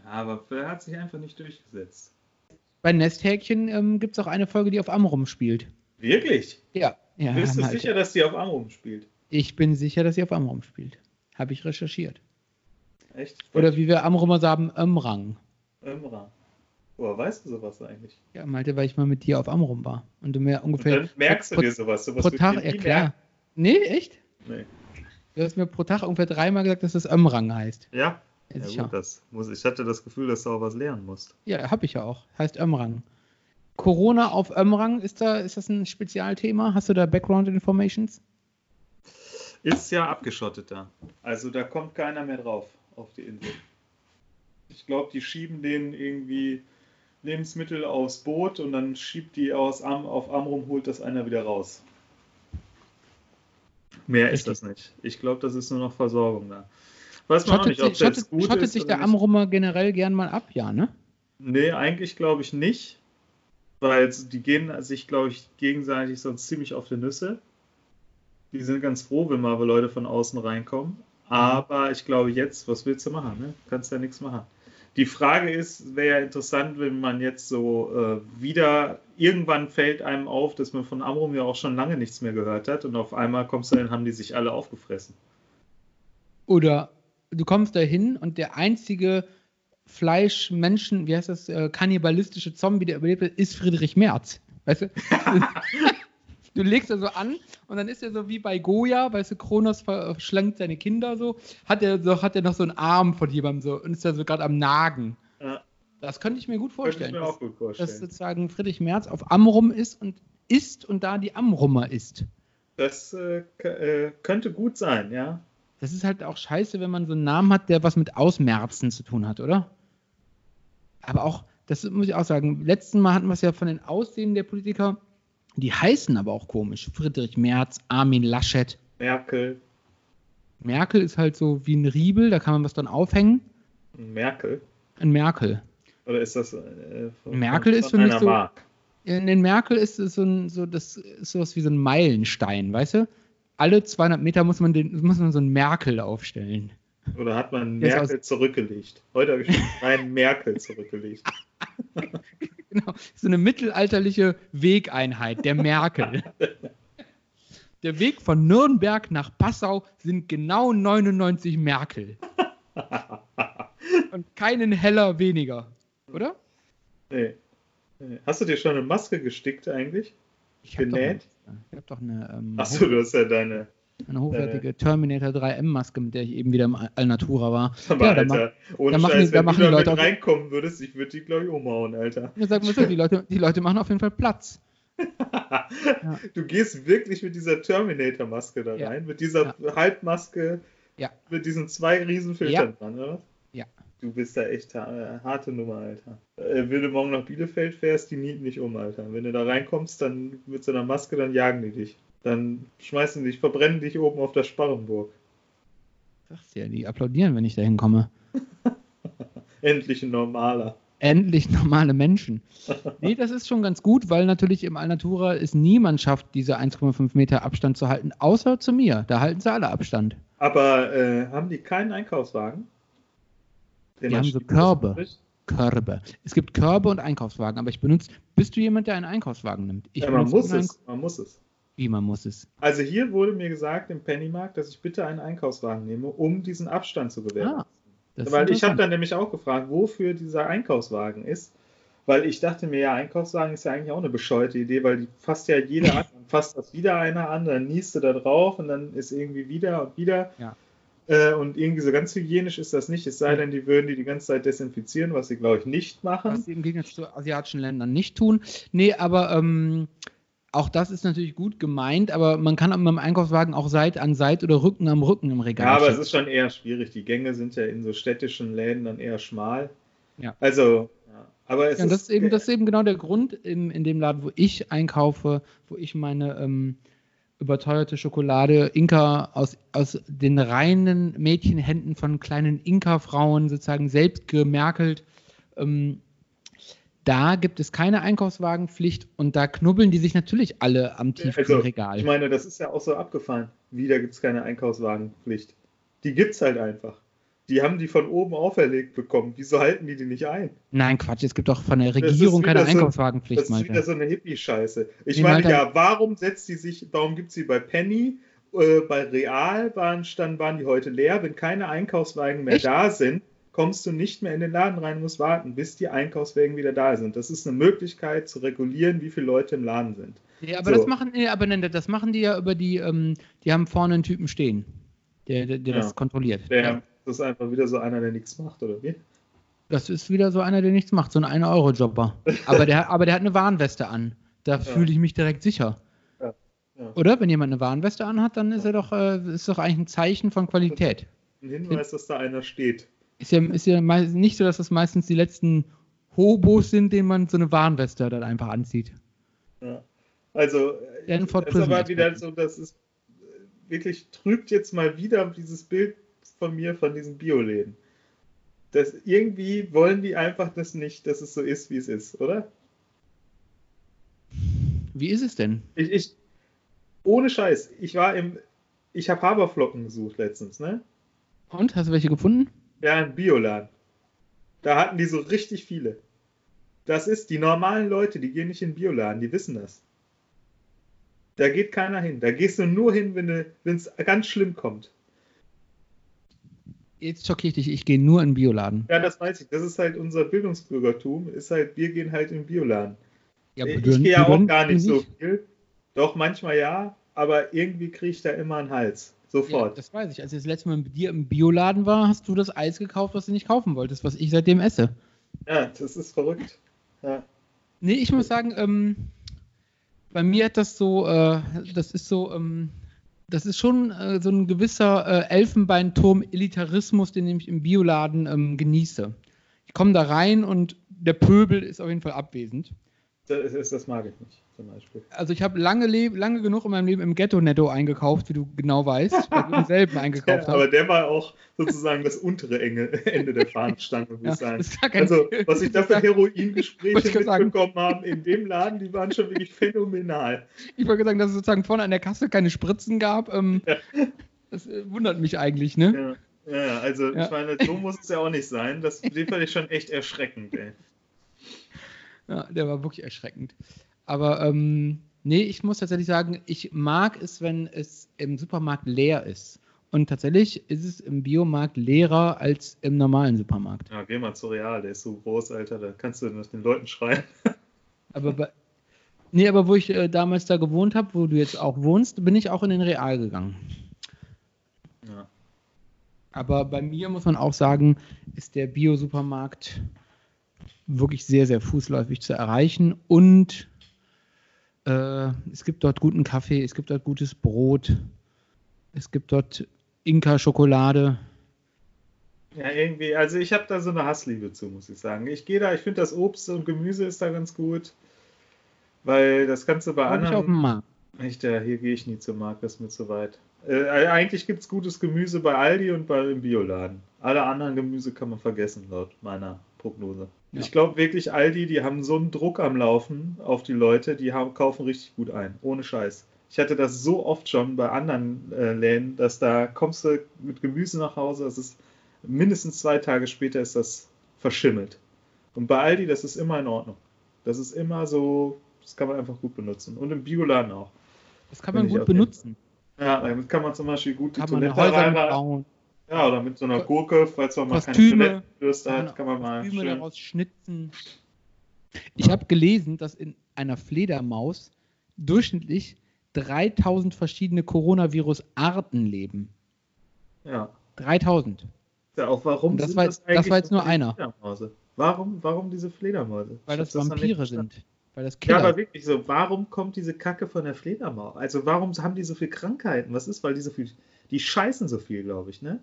Speaker 3: aber er hat sich einfach nicht durchgesetzt.
Speaker 2: Bei Nesthäkchen ähm, gibt es auch eine Folge, die auf Amrum spielt.
Speaker 3: Wirklich?
Speaker 2: Ja. ja
Speaker 3: Bist du
Speaker 2: Malte.
Speaker 3: sicher, dass die auf Amrum spielt?
Speaker 2: Ich bin sicher, dass sie auf Amrum spielt. Habe ich recherchiert.
Speaker 3: Echt?
Speaker 2: Oder wie wir Amrumer sagen, Ömrang.
Speaker 3: Ömra. Woher weißt du sowas eigentlich?
Speaker 2: Ja, Malte, weil ich mal mit dir auf Amrum war. Und du mir
Speaker 3: Und
Speaker 2: ungefähr.
Speaker 3: dann merkst du
Speaker 2: pro-
Speaker 3: dir sowas. sowas
Speaker 2: pro
Speaker 3: würd ich
Speaker 2: Tag,
Speaker 3: dir
Speaker 2: ja
Speaker 3: nie
Speaker 2: klar. Nee, echt?
Speaker 3: merken.
Speaker 2: Du hast mir pro Tag ungefähr dreimal gesagt, dass das Ömrang heißt.
Speaker 3: Nee. Ja,
Speaker 2: Jetzt
Speaker 3: ja
Speaker 2: schau.
Speaker 3: gut, das muss, ich hatte das Gefühl, dass du auch was lernen musst.
Speaker 2: Ja, habe ich ja auch. Heißt Ömrang. Corona auf Ömrang, ist, da, ist das ein Spezialthema? Hast du da Background Informations?
Speaker 3: Ist ja abgeschottet da. Also da kommt keiner mehr drauf auf die Insel. Ich glaube, die schieben denen irgendwie Lebensmittel aufs Boot und dann schiebt die aus Am auf Amrum, holt das einer wieder raus. Mehr ist das nicht. Ich glaube, das ist nur noch Versorgung da. Weiß man auch
Speaker 2: Schottet,
Speaker 3: nicht, ob
Speaker 2: sich,
Speaker 3: das jetzt
Speaker 2: schottet,
Speaker 3: gut
Speaker 2: schottet
Speaker 3: ist.
Speaker 2: sich
Speaker 3: oder
Speaker 2: der
Speaker 3: nicht.
Speaker 2: Amrumer generell gern mal ab, ja, ne?
Speaker 3: Nee, eigentlich glaube ich nicht. Weil die gehen sich, glaube ich, gegenseitig sonst ziemlich auf die Nüsse. Die sind ganz froh, wenn mal Leute von außen reinkommen. Aber ich glaube jetzt, was willst du machen? Ne? Kannst ja nichts machen. Die Frage ist, wäre ja interessant, wenn man jetzt so äh, wieder, irgendwann fällt einem auf, dass man von Amrum ja auch schon lange nichts mehr gehört hat und auf einmal kommst du dann, haben die sich alle aufgefressen.
Speaker 2: Oder du kommst dahin und der einzige Fleisch, Menschen, wie heißt das, äh, kannibalistische Zombie, der überlebt hat, ist Friedrich Merz. Weißt du? du legst er so an und dann ist er so wie bei Goya, weißt du, Kronos verschlankt seine Kinder so, hat er so, hat er noch so einen Arm von jemandem so und ist da so gerade am Nagen.
Speaker 3: Ja.
Speaker 2: Das könnte ich mir gut vorstellen.
Speaker 3: Könnte ich mir auch gut
Speaker 2: dass- Dass
Speaker 3: vorstellen.
Speaker 2: sozusagen Friedrich Merz auf Amrum ist und isst und da die Amrummer ist.
Speaker 3: Das äh, k- äh, könnte gut sein, ja.
Speaker 2: Das ist halt auch scheiße, wenn man so einen Namen hat, der was mit Ausmerzen zu tun hat, oder? Aber auch, das muss ich auch sagen, letzten Mal hatten wir es ja von den Aussehen der Politiker, die heißen aber auch komisch. Friedrich Merz, Armin Laschet.
Speaker 3: Merkel.
Speaker 2: Merkel ist halt so wie ein Riebel, da kann man was dann aufhängen.
Speaker 3: Merkel.
Speaker 2: Ein Merkel.
Speaker 3: Oder ist das. Äh, von,
Speaker 2: Merkel ist für mich
Speaker 3: einer
Speaker 2: so-
Speaker 3: Mark?
Speaker 2: In den Merkel ist es so, ein, so das ist sowas wie so ein Meilenstein, weißt du? Alle 200 Meter muss man, den, muss man so einen Merkel aufstellen.
Speaker 3: Oder hat man
Speaker 2: Der ist
Speaker 3: Merkel zurückgelegt? Heute habe ich einen Merkel zurückgelegt.
Speaker 2: Genau, so eine mittelalterliche Wegeinheit, der Merkel. der Weg von Nürnberg nach Passau sind genau 99 Merkel. Und keinen Heller weniger, oder?
Speaker 3: Nee. Nee. Hast du dir schon eine Maske gestickt eigentlich?
Speaker 2: Ich hab doch
Speaker 3: Genäht?
Speaker 2: eine- Ich habe doch eine, ähm,
Speaker 3: Achso, du hast ja deine.
Speaker 2: eine
Speaker 3: Äh.
Speaker 2: hochwertige Terminator 3M-Maske, mit der ich eben wieder im Alnatura war.
Speaker 3: Aber
Speaker 2: Ja, da ma-
Speaker 3: Alter, ohne
Speaker 2: da machen die-
Speaker 3: Scheiß,
Speaker 2: da
Speaker 3: wenn
Speaker 2: machen
Speaker 3: du
Speaker 2: die
Speaker 3: damit
Speaker 2: Leute auch-
Speaker 3: reinkommen würdest, ich würde die, glaube ich, umhauen, Alter.
Speaker 2: Ja, Sag mal so, die Leute, die Leute machen auf jeden Fall Platz.
Speaker 3: Du gehst wirklich mit dieser Terminator-Maske da
Speaker 2: Ja.
Speaker 3: rein, mit dieser Halbmaske,
Speaker 2: Ja.
Speaker 3: mit diesen zwei riesen Filtern dran, oder?
Speaker 2: Ja.
Speaker 3: Du bist da echt ha- äh, harte Nummer, Alter. Äh, wenn du morgen nach Bielefeld fährst, die nieten dich um, Alter. Wenn du da reinkommst, dann mit so einer Maske, dann jagen die dich. Dann schmeißen die dich, verbrennen dich oben auf der Sparrenburg.
Speaker 2: Sagst ja, die applaudieren, wenn ich da hinkomme.
Speaker 3: Endlich ein normaler.
Speaker 2: endlich normale Menschen. Nee, das ist schon ganz gut, weil natürlich im Alnatura es niemand schafft, diese 1,5 Meter Abstand zu halten, außer zu mir. Da halten sie alle Abstand.
Speaker 3: Aber äh, haben die keinen Einkaufswagen? Den
Speaker 2: Die
Speaker 3: man
Speaker 2: haben so
Speaker 3: schieben
Speaker 2: Körbe.
Speaker 3: muss?
Speaker 2: Körbe. Es gibt Körbe und Einkaufswagen, aber ich benutze. Bist du jemand, der einen Einkaufswagen nimmt? Ich
Speaker 3: Ja, man
Speaker 2: benutze
Speaker 3: muss
Speaker 2: einen
Speaker 3: es. Man muss es.
Speaker 2: Einkauf- Wie man muss es.
Speaker 3: Also hier wurde mir gesagt im Pennymarkt, dass ich bitte einen Einkaufswagen nehme, um diesen Abstand zu
Speaker 2: Ah,
Speaker 3: gewährleisten.
Speaker 2: das ist
Speaker 3: Weil ich habe
Speaker 2: interessant.
Speaker 3: dann nämlich auch gefragt, wofür dieser Einkaufswagen ist. Weil ich dachte mir, ja, Einkaufswagen ist ja eigentlich auch eine bescheuerte Idee, weil die fasst ja jeder an, dann fasst das wieder einer an, dann niest du da drauf und dann ist irgendwie wieder und wieder.
Speaker 2: Ja.
Speaker 3: Äh, und irgendwie so ganz hygienisch ist das nicht, es sei denn, die würden die die ganze Zeit desinfizieren, was sie, glaube ich, nicht machen.
Speaker 2: was sie im Gegensatz zu asiatischen Ländern nicht tun. Nee, aber ähm, auch das ist natürlich gut gemeint, aber man kann mit dem Einkaufswagen auch Seit an Seit oder Rücken am Rücken im Regal
Speaker 3: Ja, aber es
Speaker 2: stehen.
Speaker 3: ist schon eher schwierig. Die Gänge sind ja in so städtischen Läden dann eher schmal.
Speaker 2: Ja.
Speaker 3: Also, ja. aber es
Speaker 2: Ja, und das,
Speaker 3: ist äh,
Speaker 2: ist eben, das ist eben genau der Grund in, in dem Laden, wo ich einkaufe, wo ich meine ähm, überteuerte Schokolade Inka aus, aus den reinen Mädchenhänden von kleinen Inka-Frauen sozusagen selbst gemerkelt. Ähm, da gibt es keine Einkaufswagenpflicht und da knubbeln die sich natürlich alle am tiefen
Speaker 3: Also,
Speaker 2: Regal.
Speaker 3: Ich meine, das ist ja auch so abgefahren. Wieder gibt es keine Einkaufswagenpflicht. Die gibt es halt einfach. Die haben die von oben auferlegt bekommen. Wieso halten die die nicht ein?
Speaker 2: Nein, Quatsch, es gibt doch von der
Speaker 3: ist
Speaker 2: Regierung keine
Speaker 3: wieder so-
Speaker 2: Einkaufswagenpflicht,
Speaker 3: Das ist wieder
Speaker 2: Malte.
Speaker 3: so eine Hippie-Scheiße. Ich
Speaker 2: Nee,
Speaker 3: meine
Speaker 2: Malte-
Speaker 3: ja, warum setzt die sich, warum gibt es sie bei Penny, äh, bei Real waren, stand, waren die heute leer? Wenn keine Einkaufswagen mehr
Speaker 2: Echt?
Speaker 3: da sind, kommst du nicht mehr in den Laden rein, musst warten, bis die Einkaufswagen wieder da sind. Das ist eine Möglichkeit zu regulieren, wie viele Leute im Laden sind.
Speaker 2: Nee, aber
Speaker 3: So.
Speaker 2: das machen, nee, aber nee, das machen die ja über die, ähm, die haben vorne einen Typen stehen, der, der, der
Speaker 3: Ja.
Speaker 2: das kontrolliert.
Speaker 3: Der,
Speaker 2: Ja.
Speaker 3: Das ist einfach wieder so einer, der nichts macht, oder wie?
Speaker 2: Das ist wieder so einer, der nichts macht, so ein 1-Euro-Jobber. Aber der, aber der hat eine Warnweste an. Da fühle ich mich direkt sicher.
Speaker 3: Ja. Ja.
Speaker 2: Oder? Wenn jemand eine Warnweste anhat, dann ist er doch, äh, ist doch eigentlich ein Zeichen von Qualität.
Speaker 3: Ein Hinweis, dass da einer steht.
Speaker 2: Ist ja, ist ja mei- nicht so, dass das meistens die letzten Hobos sind, denen man so eine Warnweste dann einfach anzieht.
Speaker 3: Ja. Also, äh,
Speaker 2: Stanford
Speaker 3: das ist
Speaker 2: Prison
Speaker 3: aber wieder
Speaker 2: Experten.
Speaker 3: so, das ist äh, wirklich trübt jetzt mal wieder dieses Bild von mir von diesen Bioläden. Das irgendwie wollen die einfach das nicht, dass es so ist, wie es ist, oder?
Speaker 2: Wie ist es denn?
Speaker 3: Ich, ich ohne Scheiß, ich war im, ich habe Haferflocken gesucht letztens, ne?
Speaker 2: Und? Hast du welche gefunden?
Speaker 3: Ja, im Bioladen. Da hatten die so richtig viele. Das ist die normalen Leute, die gehen nicht in den Bioladen, die wissen das. Da geht keiner hin. Da gehst du nur hin, wenn es ganz schlimm kommt.
Speaker 2: Jetzt schockiere ich dich, ich gehe nur in den Bioladen.
Speaker 3: Ja, das weiß ich. Das ist halt unser Bildungsbürgertum. Ist halt, wir gehen halt in den Bioladen.
Speaker 2: Ja,
Speaker 3: ich
Speaker 2: Bedürn-
Speaker 3: gehe ja auch
Speaker 2: Bedürn-
Speaker 3: gar nicht so
Speaker 2: nicht.
Speaker 3: viel. Doch, manchmal ja, aber irgendwie kriege ich da immer einen Hals.
Speaker 2: Ja,
Speaker 3: Sofort.
Speaker 2: das weiß ich. Als ich das letzte Mal mit dir im Bioladen war, hast du das Eis gekauft, was du nicht kaufen wolltest, was ich seitdem esse.
Speaker 3: Ja, das ist verrückt. Ja.
Speaker 2: Nee, ich muss sagen, ähm, bei mir hat das so, äh, das ist so, ähm, das ist schon äh, so ein gewisser äh, Elfenbeinturm-Elitarismus, den ich im Bioladen ähm, genieße. Ich komme da rein und der Pöbel ist auf jeden Fall abwesend.
Speaker 3: Das, ist, das mag ich nicht, zum Beispiel.
Speaker 2: Also ich habe lange, leb- lange genug in meinem Leben im Ghetto-Netto eingekauft, wie du genau weißt, weil du im selben eingekauft
Speaker 3: Ja,
Speaker 2: hast.
Speaker 3: aber der war auch sozusagen das untere Enge, Ende der Fahnenstange, würde
Speaker 2: Ja,
Speaker 3: ich sagen.
Speaker 2: ist gar kein-
Speaker 3: Also, was ich da für
Speaker 2: Wollte ich
Speaker 3: Heroingespräche
Speaker 2: gerade sagen.
Speaker 3: mitbekommen habe in dem Laden, die waren schon wirklich phänomenal.
Speaker 2: Ich wollte sagen, dass es sozusagen vorne an der Kasse keine Spritzen gab. Ähm, Das äh, wundert mich eigentlich, ne?
Speaker 3: Ja, ja also
Speaker 2: Ja.
Speaker 3: ich meine, so muss es ja auch nicht sein. Das den fand ich schon echt erschreckend, ey.
Speaker 2: Ja, der war wirklich erschreckend. Aber ähm, nee, ich muss tatsächlich sagen, ich mag es, wenn es im Supermarkt leer ist. Und tatsächlich ist es im Biomarkt leerer als im normalen Supermarkt.
Speaker 3: Ja, geh mal zu Real, der ist so groß, Alter, da kannst du nach den Leuten schreien.
Speaker 2: Aber bei, nee, aber wo ich äh, damals da gewohnt habe, wo du jetzt auch wohnst, bin ich auch in den Real gegangen.
Speaker 3: Ja.
Speaker 2: Aber bei mir muss man auch sagen, ist der Bio-Supermarkt wirklich sehr, sehr fußläufig zu erreichen. Und äh, es gibt dort guten Kaffee, es gibt dort gutes Brot, es gibt dort Inka-Schokolade.
Speaker 3: Ja, irgendwie, also ich habe da so eine Hassliebe zu, muss ich sagen. Ich gehe da, ich finde das Obst und Gemüse ist da ganz gut, weil das kannst du bei
Speaker 2: Hab ich auf
Speaker 3: anderen.
Speaker 2: dem Markt.
Speaker 3: Echt, ja, hier gehe ich nie zum Markt, das ist mir zu weit. Äh, eigentlich gibt es gutes Gemüse bei Aldi und bei im Bioladen. Alle anderen Gemüse kann man vergessen, laut meiner Prognose.
Speaker 2: Ja.
Speaker 3: Ich glaube wirklich, Aldi, die haben so einen Druck am Laufen auf die Leute, die haben, kaufen richtig gut ein. Ohne Scheiß. Ich hatte das so oft schon bei anderen äh, Läden, dass da kommst du mit Gemüse nach Hause, das ist mindestens zwei Tage später ist das verschimmelt. Und bei Aldi, das ist immer in Ordnung. Das ist immer so, das kann man einfach gut benutzen. Und im Bioladen auch.
Speaker 2: Das kann man
Speaker 3: Finde ich
Speaker 2: gut
Speaker 3: auch gut.
Speaker 2: benutzen.
Speaker 3: Ja, damit kann man zum Beispiel gut die
Speaker 2: Kann man
Speaker 3: Toilette
Speaker 2: Häuser
Speaker 3: reinmachen.
Speaker 2: bauen,
Speaker 3: Ja, oder mit so einer Gurke, falls man mal keine
Speaker 2: Kostüme.
Speaker 3: Toilettenbürste
Speaker 2: kann man
Speaker 3: hat, kann man mal
Speaker 2: Kostüme
Speaker 3: Ah, schön.
Speaker 2: daraus schnitzen. Ich habe gelesen, dass in einer Fledermaus durchschnittlich 3000 verschiedene Coronavirus-Arten leben.
Speaker 3: Ja.
Speaker 2: 3000.
Speaker 3: ja, auch warum
Speaker 2: Und das
Speaker 3: sind
Speaker 2: war jetzt- das
Speaker 3: eigentlich
Speaker 2: war jetzt nur
Speaker 3: diese
Speaker 2: einer.
Speaker 3: Fledermäuse? Warum, warum diese Fledermäuse?
Speaker 2: Weil
Speaker 3: Ich
Speaker 2: das
Speaker 3: hab noch nicht
Speaker 2: Vampire
Speaker 3: verstanden.
Speaker 2: sind. Weil das
Speaker 3: Ja,
Speaker 2: Killer.
Speaker 3: aber wirklich so, warum kommt diese Kacke von der Fledermaus? Also warum haben die so viel Krankheiten? Was ist, weil die so viel, die scheißen so viel, glaube ich, ne?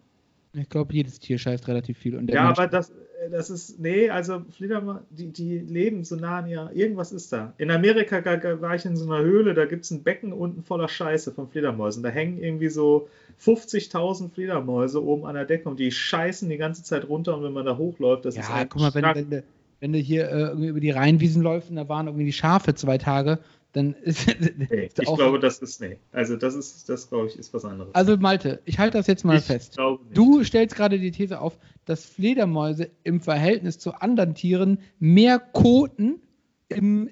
Speaker 2: ich glaube, jedes Tier scheißt relativ viel. Und der
Speaker 3: Ja,
Speaker 2: Mensch-
Speaker 3: aber das, äh, das ist, nee, also Fledermaus, die, die leben so nah an ihr, irgendwas ist da. In Amerika ga- ga- war ich in so einer Höhle, da gibt es ein Becken unten voller Scheiße von Fledermäusen. Da hängen irgendwie so 50.000 Fledermäuse oben an der Decke und die scheißen die ganze Zeit runter und wenn man da hochläuft, das ist halt
Speaker 2: ja
Speaker 3: ein
Speaker 2: guck mal, wenn,
Speaker 3: Schnack.
Speaker 2: wenn, du- wenn du hier äh, irgendwie über die Rheinwiesen läufst und da waren irgendwie die Schafe zwei Tage, dann ist,
Speaker 3: Nee,
Speaker 2: ist
Speaker 3: ich glaube, das ist, nee, also das ist, das glaube ich, ist was anderes.
Speaker 2: Also Malte, ich halte das jetzt mal
Speaker 3: ich
Speaker 2: fest.
Speaker 3: glaube nicht.
Speaker 2: Du stellst gerade die These auf, dass Fledermäuse im Verhältnis zu anderen Tieren mehr koten im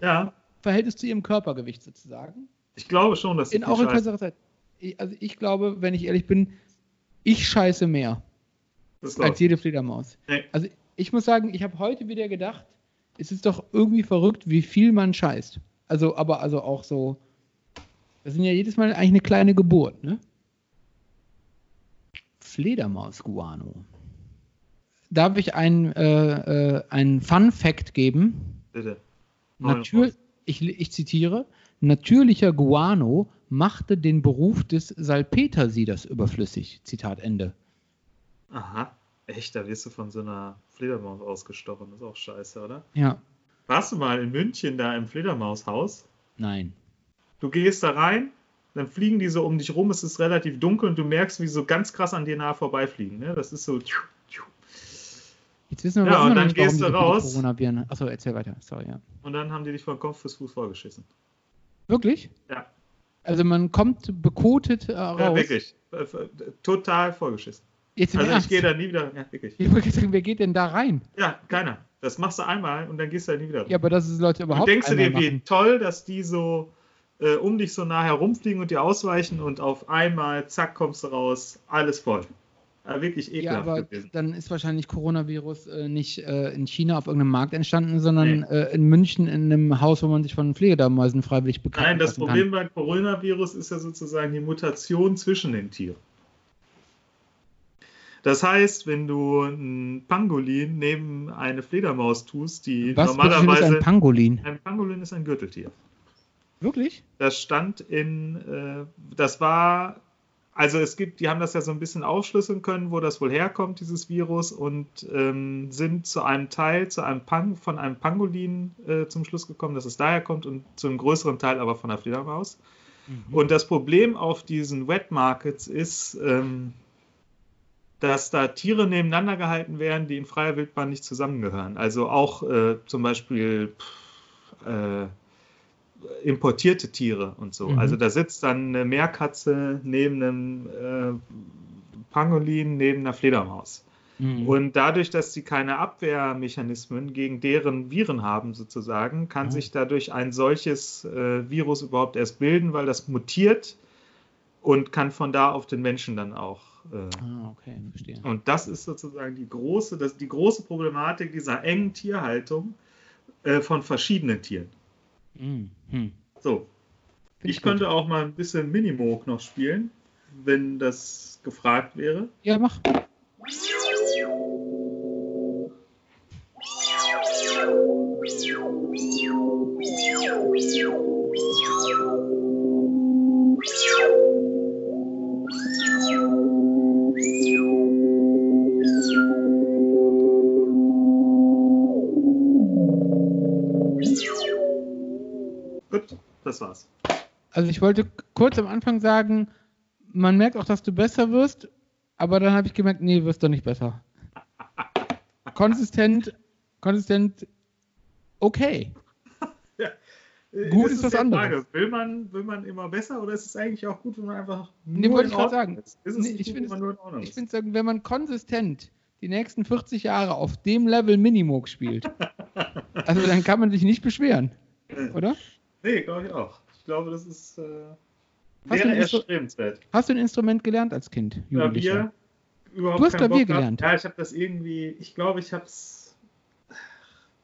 Speaker 3: Ja,
Speaker 2: Verhältnis zu ihrem Körpergewicht sozusagen.
Speaker 3: ich glaube schon, dass die
Speaker 2: In
Speaker 3: viel
Speaker 2: auch in
Speaker 3: scheißen.
Speaker 2: kürzerer Zeit. Ich, also ich glaube, wenn ich ehrlich bin, ich scheiße mehr.
Speaker 3: Das glaub
Speaker 2: als
Speaker 3: ich.
Speaker 2: jede Fledermaus.
Speaker 3: Nee.
Speaker 2: Also ich muss sagen, ich habe heute wieder gedacht, es ist doch irgendwie verrückt, wie viel man scheißt. Also, aber also auch so, das sind ja jedes Mal eigentlich eine kleine Geburt, ne? Fledermaus-Guano. Darf ich einen, äh, äh, einen Fun-Fact geben?
Speaker 3: Bitte. Hau
Speaker 2: Natür
Speaker 3: raus.
Speaker 2: ich, ich zitiere, natürlicher Guano machte den Beruf des Salpetersieders überflüssig. Zitat Ende.
Speaker 3: Aha, echt, da wirst du von so einer Fledermaus ausgestochen. Das ist auch scheiße, oder?
Speaker 2: Ja,
Speaker 3: Warst du mal in München da im Fledermaushaus?
Speaker 2: nein.
Speaker 3: Du gehst da rein, dann fliegen die so um dich rum, es ist relativ dunkel und du merkst, wie sie so ganz krass an dir nahe vorbeifliegen. Ne? Das ist so. tschu, tschu.
Speaker 2: Jetzt wissen wir
Speaker 3: Ja,
Speaker 2: aber
Speaker 3: und
Speaker 2: immer noch
Speaker 3: dann
Speaker 2: nicht, warum
Speaker 3: gehst du
Speaker 2: diese viele
Speaker 3: raus.
Speaker 2: Coronaviren. Achso, erzähl weiter. Sorry, ja.
Speaker 3: Und dann haben die dich von Kopf bis Fuß vorgeschissen.
Speaker 2: Wirklich?
Speaker 3: Ja,
Speaker 2: Also man kommt bekotet äh, raus.
Speaker 3: ja wirklich. Äh, Total vorgeschissen.
Speaker 2: Jetzt im
Speaker 3: Also ich
Speaker 2: Ernst?
Speaker 3: gehe da nie wieder. Ja, wirklich.
Speaker 2: Ich wollte gerade sagen, wer geht denn da rein?
Speaker 3: Ja, keiner. Das machst du einmal und dann gehst du da nie wieder.
Speaker 2: Ja, aber dass es Leute
Speaker 3: und
Speaker 2: überhaupt
Speaker 3: denkst du dir,
Speaker 2: einmal
Speaker 3: wie
Speaker 2: machen.
Speaker 3: toll, dass die so äh, um dich so nah herumfliegen und dir ausweichen und auf einmal, zack, kommst du raus, alles voll. Ja, wirklich
Speaker 2: Ja,
Speaker 3: ekelhaft
Speaker 2: aber
Speaker 3: gewesen.
Speaker 2: dann ist wahrscheinlich Coronavirus äh, nicht äh, in China auf irgendeinem Markt entstanden, sondern
Speaker 3: Nee.
Speaker 2: äh, in München in einem Haus, wo man sich von Pflegedammäusen freiwillig bekannt
Speaker 3: Nein, das
Speaker 2: lassen kann.
Speaker 3: Problem beim Coronavirus ist ja sozusagen die Mutation zwischen den Tieren. Das heißt, wenn du einen Pangolin neben eine Fledermaus tust, die
Speaker 2: Was bitte schön ist
Speaker 3: normalerweise.
Speaker 2: ein Pangolin?
Speaker 3: ein Pangolin ist ein Gürteltier.
Speaker 2: Wirklich?
Speaker 3: Das stand in, äh, das war, also es gibt, die haben das ja so ein bisschen aufschlüsseln können, wo das wohl herkommt, dieses Virus, und ähm, sind zu einem Teil, zu einem Pang, von einem Pangolin äh, zum Schluss gekommen, dass es daher kommt und zu einem größeren Teil aber von der Fledermaus. Mhm. Und das Problem auf diesen Wet Markets ist, ähm, dass da Tiere nebeneinander gehalten werden, die in freier Wildbahn nicht zusammengehören. Also auch äh, zum Beispiel pff, äh, importierte Tiere und so.
Speaker 2: Mhm.
Speaker 3: Also da sitzt dann eine Meerkatze neben einem äh, Pangolin, neben einer Fledermaus.
Speaker 2: Mhm.
Speaker 3: Und dadurch, dass sie keine Abwehrmechanismen gegen deren Viren haben, sozusagen, kann
Speaker 2: Ja.
Speaker 3: sich dadurch ein solches äh, Virus überhaupt erst bilden, weil das mutiert und kann von da auf den Menschen dann auch. Äh,
Speaker 2: ah, okay, verstehe.
Speaker 3: und das ist sozusagen die große, das, die große Problematik dieser engen Tierhaltung äh, von verschiedenen Tieren.
Speaker 2: Mhm. Hm.
Speaker 3: So,
Speaker 2: Find
Speaker 3: ich
Speaker 2: gut.
Speaker 3: könnte auch mal ein bisschen Minimoog noch spielen, wenn das gefragt wäre.
Speaker 2: Ja, mach.
Speaker 3: Gut, das war's.
Speaker 2: Also ich wollte k- kurz am Anfang sagen, man merkt auch, dass du besser wirst, aber dann habe ich gemerkt, nee, wirst du nicht besser. Konsistent, konsistent, okay. Gut ist
Speaker 3: Äh, das
Speaker 2: was
Speaker 3: die
Speaker 2: anderes.
Speaker 3: Will man, will man immer besser oder ist es eigentlich auch gut, wenn man einfach
Speaker 2: Nee, wollte ich gerade sagen.
Speaker 3: ist? Ist es
Speaker 2: Nee,
Speaker 3: nicht
Speaker 2: ich
Speaker 3: gut,
Speaker 2: finde
Speaker 3: wenn man
Speaker 2: es-
Speaker 3: nur in Ordnung
Speaker 2: Ich
Speaker 3: ist?
Speaker 2: finde sagen, wenn man konsistent die nächsten 40 Jahre auf dem Level Minimoog spielt, also dann kann man sich nicht beschweren, oder?
Speaker 3: Nee, glaube ich auch. Ich glaube, das ist äh,
Speaker 2: du
Speaker 3: wäre
Speaker 2: nicht so-
Speaker 3: erstrebenswert.
Speaker 2: Hast du ein Instrument gelernt als Kind, Jugendlicher?
Speaker 3: Klavier, überhaupt
Speaker 2: Du hast
Speaker 3: keinen
Speaker 2: Klavier
Speaker 3: Bock gehabt.
Speaker 2: gelernt.
Speaker 3: Ja, ich habe das irgendwie, ich glaube, ich habe es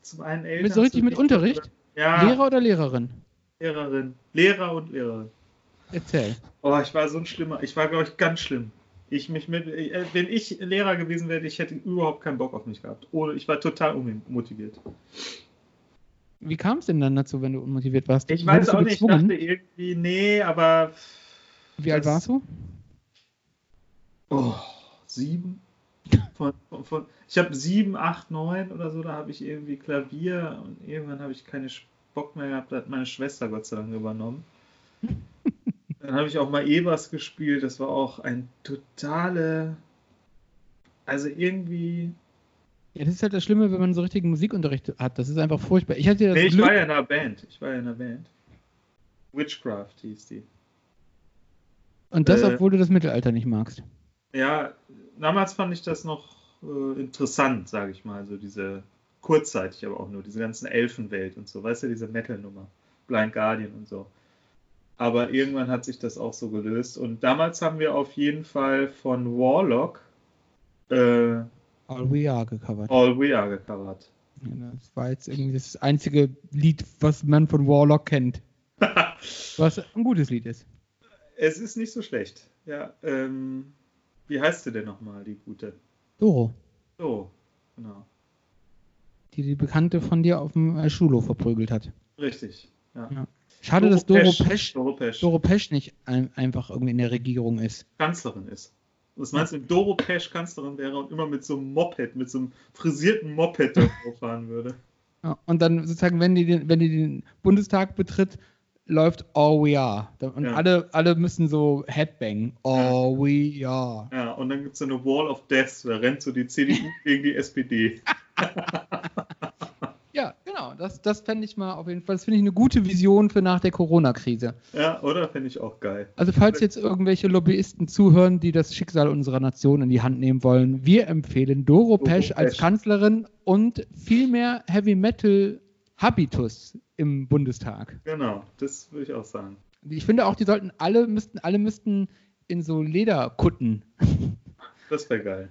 Speaker 3: zum einen Eltern.
Speaker 2: Mit, so richtig
Speaker 3: zum
Speaker 2: mit Unterricht?
Speaker 3: Ja,
Speaker 2: Lehrer oder Lehrerin?
Speaker 3: Lehrerin. Lehrer und Lehrerin.
Speaker 2: Erzähl.
Speaker 3: Oh, ich war so ein schlimmer. Ich war, glaube ich, ganz schlimm. Ich mich mit, äh, wenn ich Lehrer gewesen wäre, ich hätte überhaupt keinen Bock auf mich gehabt. Oder ich war total unmotiviert.
Speaker 2: Wie kam es denn dann dazu, wenn du unmotiviert warst?
Speaker 3: Ich
Speaker 2: Wurdest
Speaker 3: weiß
Speaker 2: du
Speaker 3: auch nicht, ich
Speaker 2: gezwungen?
Speaker 3: dachte irgendwie, nee, aber.
Speaker 2: Wie alt
Speaker 3: das-
Speaker 2: warst du?
Speaker 3: Oh, sieben. Von, von, von, ich habe sieben, acht, neun oder so, da habe ich irgendwie Klavier und irgendwann habe ich keinen Bock mehr gehabt, da hat meine Schwester Gott sei Dank übernommen. Dann habe ich auch mal Ebers gespielt, das war auch ein totale. Also irgendwie.
Speaker 2: Ja, das ist halt das Schlimme, wenn man so richtigen Musikunterricht hat. Das ist einfach furchtbar. Ich hatte ja das
Speaker 3: Nee, ich
Speaker 2: Glück.
Speaker 3: war ja in einer Band. Ich war ja in einer Band. Witchcraft hieß die.
Speaker 2: und das,
Speaker 3: äh,
Speaker 2: obwohl du das Mittelalter nicht magst.
Speaker 3: Ja, damals fand ich das noch äh, interessant, sage ich mal, so diese kurzzeitig aber auch nur, diese ganzen Elfenwelt und so, weißt du, diese Metal-Nummer, Blind Guardian und so. Aber irgendwann hat sich das auch so gelöst und damals haben wir auf jeden Fall von Warlock äh,
Speaker 2: All We Are gecovert.
Speaker 3: All We Are gecovert.
Speaker 2: Ja, Das war jetzt irgendwie das einzige Lied, was man von Warlock kennt. was ein gutes Lied ist.
Speaker 3: Es ist nicht so schlecht. Ja, ähm, wie heißt sie denn nochmal, die gute?
Speaker 2: Doro,
Speaker 3: So, genau.
Speaker 2: die die Bekannte von dir auf dem äh, Schulhof verprügelt hat.
Speaker 3: Richtig. Ja.
Speaker 2: Ja. Schade, dass Doro Pesch,
Speaker 3: Doro Pesch.
Speaker 2: Doro Pesch nicht ein, einfach irgendwie in der Regierung ist.
Speaker 3: Kanzlerin ist. Was meinst du, wenn Doro Pesch Kanzlerin wäre und immer mit so einem Moped, mit so einem frisierten Moped davor fahren würde?
Speaker 2: Ja, und dann sozusagen, wenn die den, wenn die den Bundestag betritt, läuft All We Are. Da- Und
Speaker 3: Ja.
Speaker 2: alle, alle müssen so Headbang. All We Are.
Speaker 3: Ja, und dann gibt es eine Wall of Death, da rennt so die CDU gegen die SPD.
Speaker 2: Ja, genau. das, das fände ich mal auf jeden Fall, das finde ich eine gute Vision für nach der Corona-Krise.
Speaker 3: Ja, oder? Finde ich auch geil.
Speaker 2: Also falls jetzt irgendwelche Lobbyisten zuhören, die das Schicksal unserer Nation in die Hand nehmen wollen, wir empfehlen Doro Pesch als
Speaker 3: Pesch.
Speaker 2: Kanzlerin und viel mehr Heavy Metal Habitus im Bundestag.
Speaker 3: Genau, das würde ich auch sagen.
Speaker 2: Ich finde auch, die sollten alle müssten, alle müssten in so Lederkutten,
Speaker 3: Das wäre geil.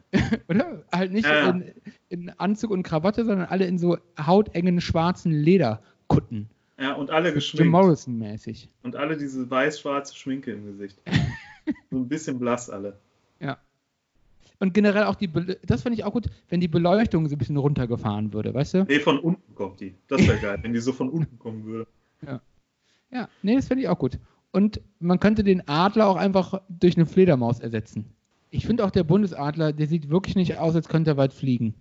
Speaker 2: oder? Halt nicht
Speaker 3: Ja, ja.
Speaker 2: In, in Anzug und Krawatte, sondern alle in so hautengen schwarzen Lederkutten.
Speaker 3: Ja, und alle
Speaker 2: Jim
Speaker 3: geschminkt.
Speaker 2: Morrison-mäßig.
Speaker 3: Und alle diese weiß-schwarze Schminke im Gesicht. so ein bisschen blass alle.
Speaker 2: Und generell auch die, Be das fand ich auch gut, wenn die Beleuchtung so ein bisschen runtergefahren würde, weißt du?
Speaker 3: Nee, von unten kommt die. Das wäre geil, wenn die so von unten kommen würde.
Speaker 2: Ja, nee, das finde ich auch gut. Und man könnte den Adler auch einfach durch eine Fledermaus ersetzen. Ich finde auch der Bundesadler, der sieht wirklich nicht aus, als könnte er weit fliegen.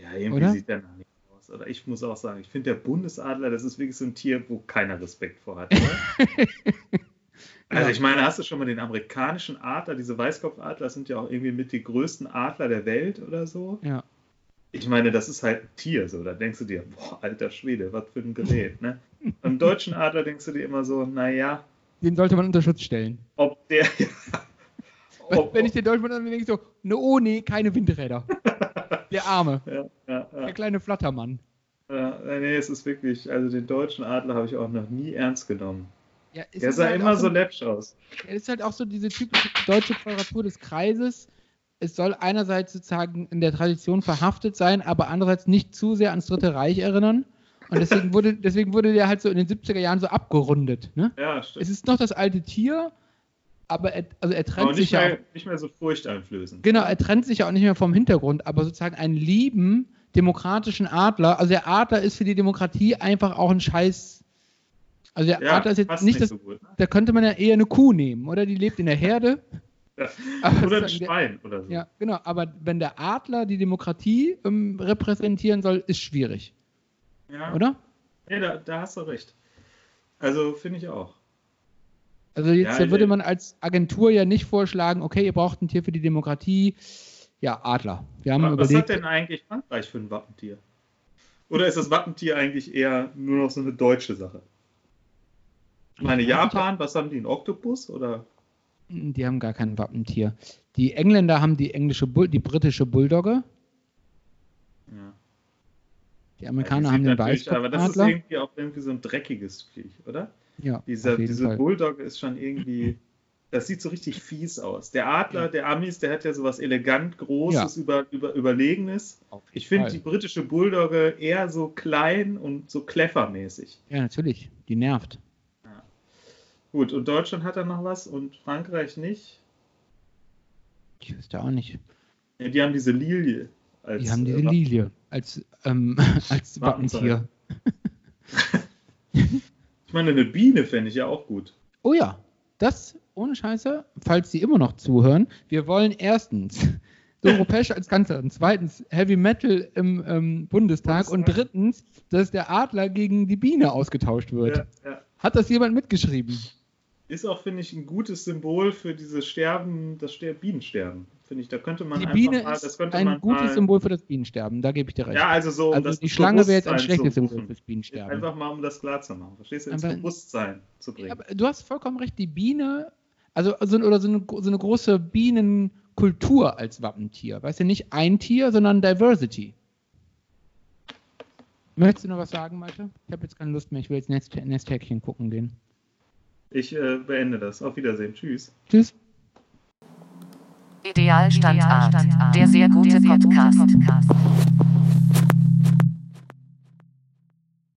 Speaker 3: Ja, irgendwie
Speaker 2: Oder?
Speaker 3: sieht der nach nichts aus. Aber ich muss auch sagen, ich finde, der Bundesadler, das ist wirklich so ein Tier, wo keiner Respekt vor hat. oder? also,
Speaker 2: Ja.
Speaker 3: ich meine, hast du schon mal den amerikanischen Adler? Diese Weißkopfadler sind ja auch irgendwie mit die größten Adler der Welt oder so.
Speaker 2: Ja.
Speaker 3: Ich meine, das ist halt ein Tier so. Da denkst du dir, boah, alter Schwede, was für ein Gerät. Ne? Beim deutschen Adler denkst du dir immer so, naja,
Speaker 2: Den sollte man unter Schutz stellen.
Speaker 3: ob der. ob,
Speaker 2: Wenn ich den Deutschmann ansehe, denke ich so, ne, oh nee, keine Windräder. Der Arme,
Speaker 3: ja, ja.
Speaker 2: der kleine Flattermann.
Speaker 3: Ja, nee, es ist wirklich, also den deutschen Adler habe ich auch noch nie ernst genommen.
Speaker 2: Ja, es
Speaker 3: Der
Speaker 2: ist
Speaker 3: sah
Speaker 2: halt
Speaker 3: immer
Speaker 2: auch
Speaker 3: so läppsch aus.
Speaker 2: Ja, Es ist halt auch so diese typische deutsche Quadratur des Kreises. Es soll einerseits sozusagen in der Tradition verhaftet sein, aber andererseits nicht zu sehr ans Dritte Reich erinnern. Und deswegen wurde, deswegen wurde der halt so in den 70er Jahren so abgerundet. Ne?
Speaker 3: Ja, stimmt.
Speaker 2: Es ist noch das alte Tier, aber er, also er trennt
Speaker 3: Aber
Speaker 2: sich
Speaker 3: nicht
Speaker 2: ja auch,
Speaker 3: mehr, nicht mehr so furchteinflößend.
Speaker 2: genau, er trennt sich ja auch nicht mehr vom Hintergrund, aber sozusagen einen lieben demokratischen Adler. Also der Adler ist für die Demokratie einfach auch ein Scheiß. Also der
Speaker 3: Ja,
Speaker 2: Adler ist jetzt
Speaker 3: passt
Speaker 2: nicht das
Speaker 3: so gut. ne?
Speaker 2: da könnte man ja eher eine Kuh nehmen, oder? Die lebt in der Herde.
Speaker 3: Ja.
Speaker 2: Aber
Speaker 3: Oder ein
Speaker 2: sozusagen
Speaker 3: Schwein oder so.
Speaker 2: Der, ja, genau. Aber wenn der Adler die Demokratie ähm, repräsentieren soll, ist schwierig,
Speaker 3: Ja.
Speaker 2: oder?
Speaker 3: Nee, da, da hast du recht. Also finde ich auch.
Speaker 2: Also jetzt
Speaker 3: Ja,
Speaker 2: da würde
Speaker 3: ja.
Speaker 2: man als Agentur ja nicht vorschlagen, okay, ihr braucht ein Tier für die Demokratie. Ja, Adler. Wir haben
Speaker 3: Aber was hat
Speaker 2: überlegt,
Speaker 3: denn eigentlich Frankreich für ein Wappentier? Oder ist das Wappentier eigentlich eher nur noch so eine deutsche Sache? Ich meine,
Speaker 2: Ich weiß nicht,
Speaker 3: Japan, was haben die? Ein Oktopus? Oder?
Speaker 2: die haben gar kein Wappentier. Die Engländer haben die englische Bull, die britische Bulldogge.
Speaker 3: Ja.
Speaker 2: Die
Speaker 3: Die
Speaker 2: Amerikaner
Speaker 3: sind
Speaker 2: haben den
Speaker 3: natürlich- Aber das ist
Speaker 2: Weißkopfadler.
Speaker 3: irgendwie auch irgendwie so ein dreckiges Viech, oder?
Speaker 2: Ja,
Speaker 3: Dieser,
Speaker 2: auf jeden
Speaker 3: diese
Speaker 2: Fall.
Speaker 3: Bulldog ist schon irgendwie. Das sieht so richtig fies aus. Der Adler,
Speaker 2: Ja.
Speaker 3: der Amis, der hat ja sowas elegant Großes, über, über, Überlegenes.
Speaker 2: Auf jeden
Speaker 3: Ich finde
Speaker 2: Fall.
Speaker 3: die britische Bulldogge eher so klein und so clevermäßig.
Speaker 2: Ja, natürlich. Die nervt.
Speaker 3: Gut, und Deutschland hat da noch was und Frankreich nicht.
Speaker 2: Ich wüsste auch nicht.
Speaker 3: Ja, die haben diese Lilie. Als,
Speaker 2: Die haben diese
Speaker 3: äh, Wappen.
Speaker 2: Lilie als, ähm, als
Speaker 3: Wappenzeichen.
Speaker 2: Wappentier.
Speaker 3: Ich meine, eine Biene fände ich ja auch gut.
Speaker 2: Oh ja, das ohne Scheiße, falls Sie immer noch zuhören. Wir wollen erstens Doro Pesch als Kanzlerin, zweitens Heavy Metal im ähm, Bundestag und
Speaker 3: Bundestag.
Speaker 2: drittens, dass der Adler gegen die Biene ausgetauscht wird.
Speaker 3: Ja, ja.
Speaker 2: Hat das jemand mitgeschrieben?
Speaker 3: Ist auch, finde ich, ein gutes Symbol für dieses Sterben, das Ster Bienensterben. Finde ich, da könnte man
Speaker 2: die
Speaker 3: einfach
Speaker 2: Biene
Speaker 3: mal, das
Speaker 2: ist
Speaker 3: könnte
Speaker 2: ein
Speaker 3: man
Speaker 2: gutes
Speaker 3: mal,
Speaker 2: Symbol für das Bienensterben, da gebe ich dir recht.
Speaker 3: Ja, also so. um
Speaker 2: also
Speaker 3: das
Speaker 2: die Schlange wäre jetzt ein
Speaker 3: Bewusstsein
Speaker 2: schlechtes
Speaker 3: zu
Speaker 2: Symbol
Speaker 3: rufen.
Speaker 2: fürs Bienensterben.
Speaker 3: Einfach mal, um das klar zu machen. Verstehst du? Ins
Speaker 2: Einfach-
Speaker 3: Bewusstsein zu bringen.
Speaker 2: Aber du hast vollkommen recht, die Biene, also so, oder so eine, so eine große Bienenkultur als Wappentier. Weißt du, nicht ein Tier, sondern Diversity. Möchtest du noch was sagen, Malte? Ich habe jetzt keine Lust mehr, ich will jetzt Nest, Nesthäkchen gucken gehen.
Speaker 3: Ich äh, beende das. Auf Wiedersehen. Tschüss.
Speaker 2: Tschüss.
Speaker 1: Idealstandart. Der sehr gute Podcast.